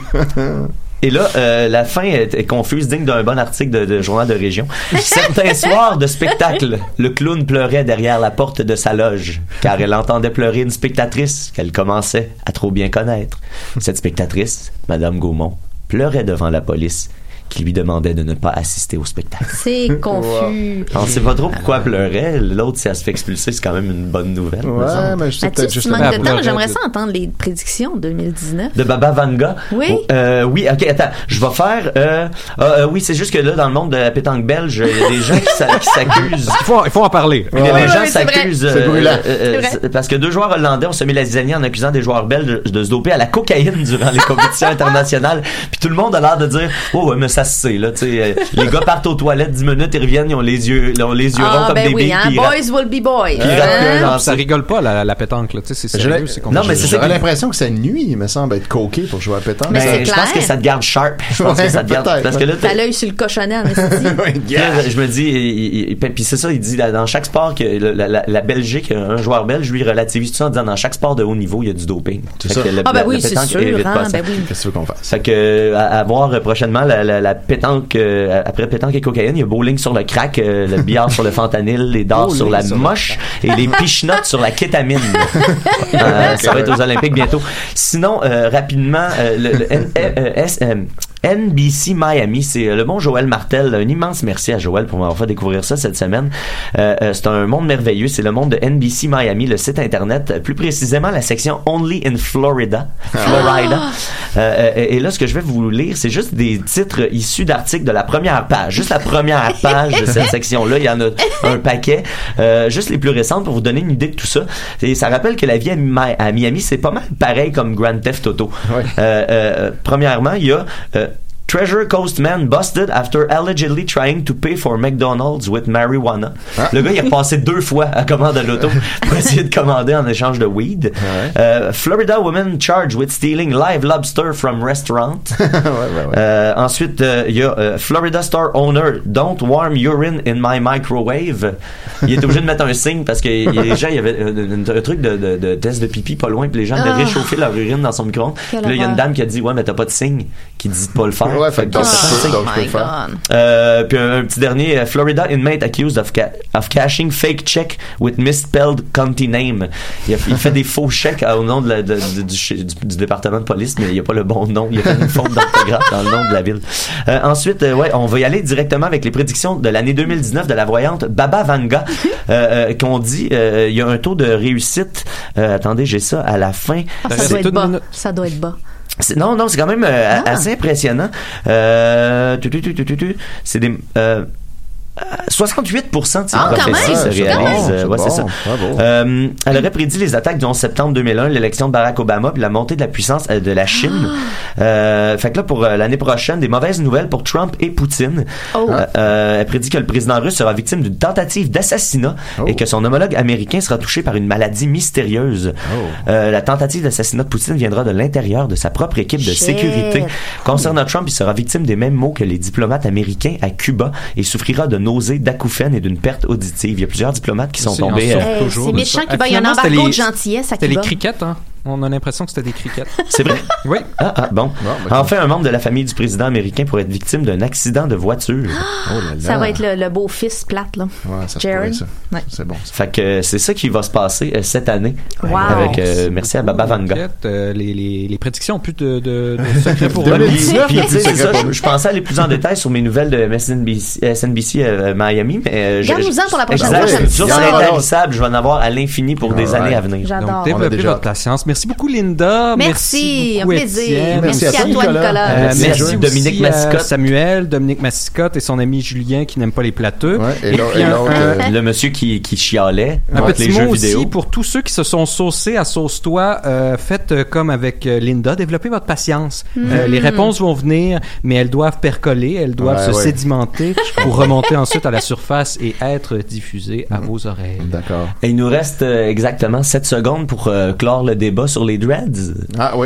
S7: Et là, euh, la fin est, est confuse, digne d'un bon article de, de journal de région. Certains soirs de spectacle, le clown pleurait derrière la porte de sa loge, car elle entendait pleurer une spectatrice qu'elle commençait à trop bien connaître. Cette spectatrice, Madame Gaumont, pleurait devant la police, qui lui demandait de ne pas assister au spectacle.
S6: C'est confus.
S7: On sait pas trop pourquoi elle pleurait. L'autre, si elle se fait expulser, c'est quand même une bonne nouvelle. me semble.
S6: Mathieu, tu manques de temps, mais j'aimerais ça entendre les prédictions 2019.
S7: De Baba Vanga.
S6: Oui.
S7: Euh, oui, ok, attends, je vais faire. Euh, ah, euh, oui, c'est juste que là, dans le monde de la pétanque belge, il y a des gens qui s'a- qui s'accusent.
S4: Il faut, il faut en parler.
S7: Mais les gens s'accusent.
S4: C'est
S7: euh,
S4: brûlant.
S7: euh, euh, c'est- parce que deux joueurs hollandais ont semé la zizanie en accusant des joueurs belges de, de se doper à la cocaïne durant les compétitions internationales. Puis tout le monde a l'air de dire Oh, ouais, mais ça se sait, là. tu sais, euh, les gars partent aux toilettes 10 minutes, ils reviennent, ils ont les yeux, ils ont les yeux ronds
S6: Ah,
S7: comme
S6: ben
S7: des
S6: oui,
S7: billes,
S6: hein,
S7: puis ils ra-
S6: boys will be boys.
S7: puis ils rappellent
S6: hein.
S7: dans-
S4: Ça rigole pas, la, la pétanque, là. Tu sais, c'est
S5: Je-
S4: sérieux, c'est
S5: non, mais c'est J'aurais
S4: compliqué.
S5: l'impression que ça nuit, il me semble, être coqué pour jouer à pétanque.
S7: Mais Ben, c'est je pense clair. que ça te garde sharp. Je pense que ça te garde- parce que là,
S6: T'as l'œil sur le cochonnet hein, en esti.
S7: Puis là, je me dis, il- il- il- puis c'est ça, il dit là, dans chaque sport que le- la, la- la Belgique, un joueur belge lui relativise tout ça en disant dans chaque sport de haut niveau, il y a du doping. Fait
S5: ça.
S7: que le-
S6: Ah, ben
S7: la-
S6: oui,
S7: la
S6: c'est
S7: pétanque
S6: sûr,
S7: évite
S6: hein,
S7: pas ça.
S6: ben oui.
S5: Qu'est-ce que tu veux qu'on fasse?
S7: Fait que à, à voir euh, prochainement la, la- la pétanque euh, après pétanque et cocaïne, il y a bowling sur le crack, euh, le billard sur le fentanyl, les dards sur la
S12: Bowling sur le
S7: moche et les pichenottes sur la kétamine. Euh, ça va être aux Olympiques bientôt. Sinon, euh, rapidement, euh, le, le N- euh, S- euh, NBC Miami, c'est euh, le bon Joël Martel. Un immense merci à Joël pour m'avoir fait découvrir ça cette semaine. Euh, euh, c'est un monde merveilleux. C'est le monde de NBC Miami, le site internet, euh, plus précisément la section Only in Florida. Florida. Euh, euh, et là, ce que je vais vous lire, c'est juste des titres issus d'articles de la première page. Juste la première page de cette section-là. Il y en a un paquet. Euh, juste les plus récentes pour vous donner une idée de tout ça. Et ça rappelle que la vie à, Mi- à Miami, c'est pas mal pareil comme Grand Theft Auto. Euh, euh, premièrement, il y a... euh, Treasure Coast man busted after allegedly trying to pay for McDonald's with marijuana. Le gars, il a passé deux fois à commander l'auto pour essayer de commander en échange de weed. Euh, Florida woman charged with stealing live lobster from restaurant. Euh, ensuite, euh, il y a euh, Florida Star Owner, Don't warm urine in my microwave. Il est obligé de mettre un signe parce que les gens, il y avait un, un- un truc de, de- de test de pipi pas loin, puis les gens devaient
S12: Ah.
S7: réchauffer leur urine dans son micro-ondes. Puis
S12: Quelle
S7: là, il y a une
S12: horreur.
S7: dame qui a dit Ouais, mais t'as pas de signe. qui dit de pas le faire.
S5: Ouais, fait
S7: Euh, Fait
S5: que
S7: que
S5: donc,
S7: ça
S5: tu
S7: se
S5: peux,
S7: peut.
S5: donc tu peux le
S6: Ah,
S5: faire.
S7: Euh, puis un, un petit dernier, euh, Florida inmate accused of, ca- of cashing fake check with misspelled county name. Il, a- il fait des faux chèques euh, au nom de la- de- de- du, ch- du- du département de police, mais il n'y a pas le bon nom. Il y a fait une faute d'orthographe dans le nom de la ville. Euh, ensuite, euh, ouais, on va y aller directement avec les prédictions de l'année 2019 de la voyante Baba Vanga, euh, euh, qu'on dit euh, il y a un taux de réussite. euh, attendez, j'ai ça à la fin.
S6: Ah, ça, doit être bas. ça doit être bas.
S7: C'est- Non, non, c'est quand même euh,
S2: Ah.
S7: a- assez impressionnant. Euh, tu, tu, tu, tu, tu, tu, c'est des. euh, 68% de ces
S2: Ah, quand
S7: prophéties
S2: même,
S7: se
S2: c'est bon,
S7: réalisent.
S2: c'est
S7: ouais, c'est
S2: bon,
S7: ça.
S2: bravo.
S7: Euh, elle aurait prédit les attaques du 11 septembre 2001, l'élection de Barack Obama, puis la montée de la puissance euh,
S2: Ah.
S7: de la Chine. Euh, fait que là, pour euh, l'année prochaine, des mauvaises nouvelles pour Trump et Poutine.
S6: Oh.
S7: Euh, euh, elle prédit que le président russe sera victime d'une tentative d'assassinat et que son homologue américain sera touché par une maladie mystérieuse. Euh, la tentative d'assassinat de Poutine viendra de l'intérieur de sa propre équipe de
S12: Shit.
S7: sécurité. Concernant Trump, il sera victime des mêmes maux que les diplomates américains à Cuba et souffrira de nausées, d'acouphènes et d'une perte auditive. Il y a plusieurs diplomates qui sont
S4: C'est- on
S7: tombés.
S4: sort
S7: euh,
S4: toujours
S6: c'est
S4: de
S6: méchant
S4: ça.
S6: qu'il va y
S4: Ah, finalement,
S6: en avoir
S4: c'était
S6: d'autres
S4: les-
S6: gentillesse à
S4: C'était les
S6: Cuba.
S4: criquettes, hein? On a l'impression que c'était des criquettes.
S7: C'est vrai?
S4: Oui.
S7: Ah, ah, bon. enfin, un membre de la famille du président américain pourrait être victime d'un accident de voiture.
S6: Oh
S7: Oh
S6: Ça
S4: Ah.
S6: va être le, le beau-fils plate, là. Jared. Ouais.
S5: C'est bon.
S7: Fait que euh, c'est ça qui va se passer euh, cette année.
S6: Wow.
S7: Avec, euh, merci à Baba Vanga.
S4: Euh, les, les, les prédictions ont plus de, de, de secret pour eux.
S7: Puis- puis, tu sais, c'est ça, je, je pensais aller plus en détail sur mes nouvelles de MSNBC, SNBC euh, Miami, mais euh, je-
S6: Garde-nous-en pour la prochaine
S7: Exact.
S6: fois, j'aime
S7: Sur
S6: ça.
S7: l'intarissable, je vais en avoir à l'infini pour des
S4: Alright.
S7: années à venir.
S6: J'adore.
S4: Donc, développez votre patience. Merci beaucoup, Linda.
S6: Merci,
S4: Oh, beaucoup,
S6: un plaisir.
S4: Étienne.
S6: Merci Merci à à toi, toi, Nicolas. Nicolas.
S4: Euh,
S7: Merci,
S4: merci
S7: Dominique
S4: aussi à
S7: Mascotte.
S4: Samuel, Dominique Mascotte et son ami Julien qui n'aime pas les plateaux.
S7: Et,
S4: puis
S7: puis
S4: un-
S7: l'autre,
S4: un-
S7: euh, le monsieur qui, qui chialait
S4: un
S7: avec
S4: petit
S7: les
S4: mot
S7: jeux
S4: aussi
S7: vidéo.
S4: pour tous ceux qui se sont saucés à Sauce-toi. euh, faites euh, comme avec euh, Linda, développez votre patience. Euh,
S7: Mm.
S4: les réponses vont venir, mais elles doivent percoler, elles doivent
S5: Ouais,
S4: se
S5: ouais.
S4: sédimenter pour remonter ensuite à la surface et être diffusées à vos oreilles.
S5: D'accord.
S7: Et il nous reste euh, exactement 7 secondes pour euh, clore le débat sur les dreads.
S5: Ah oui,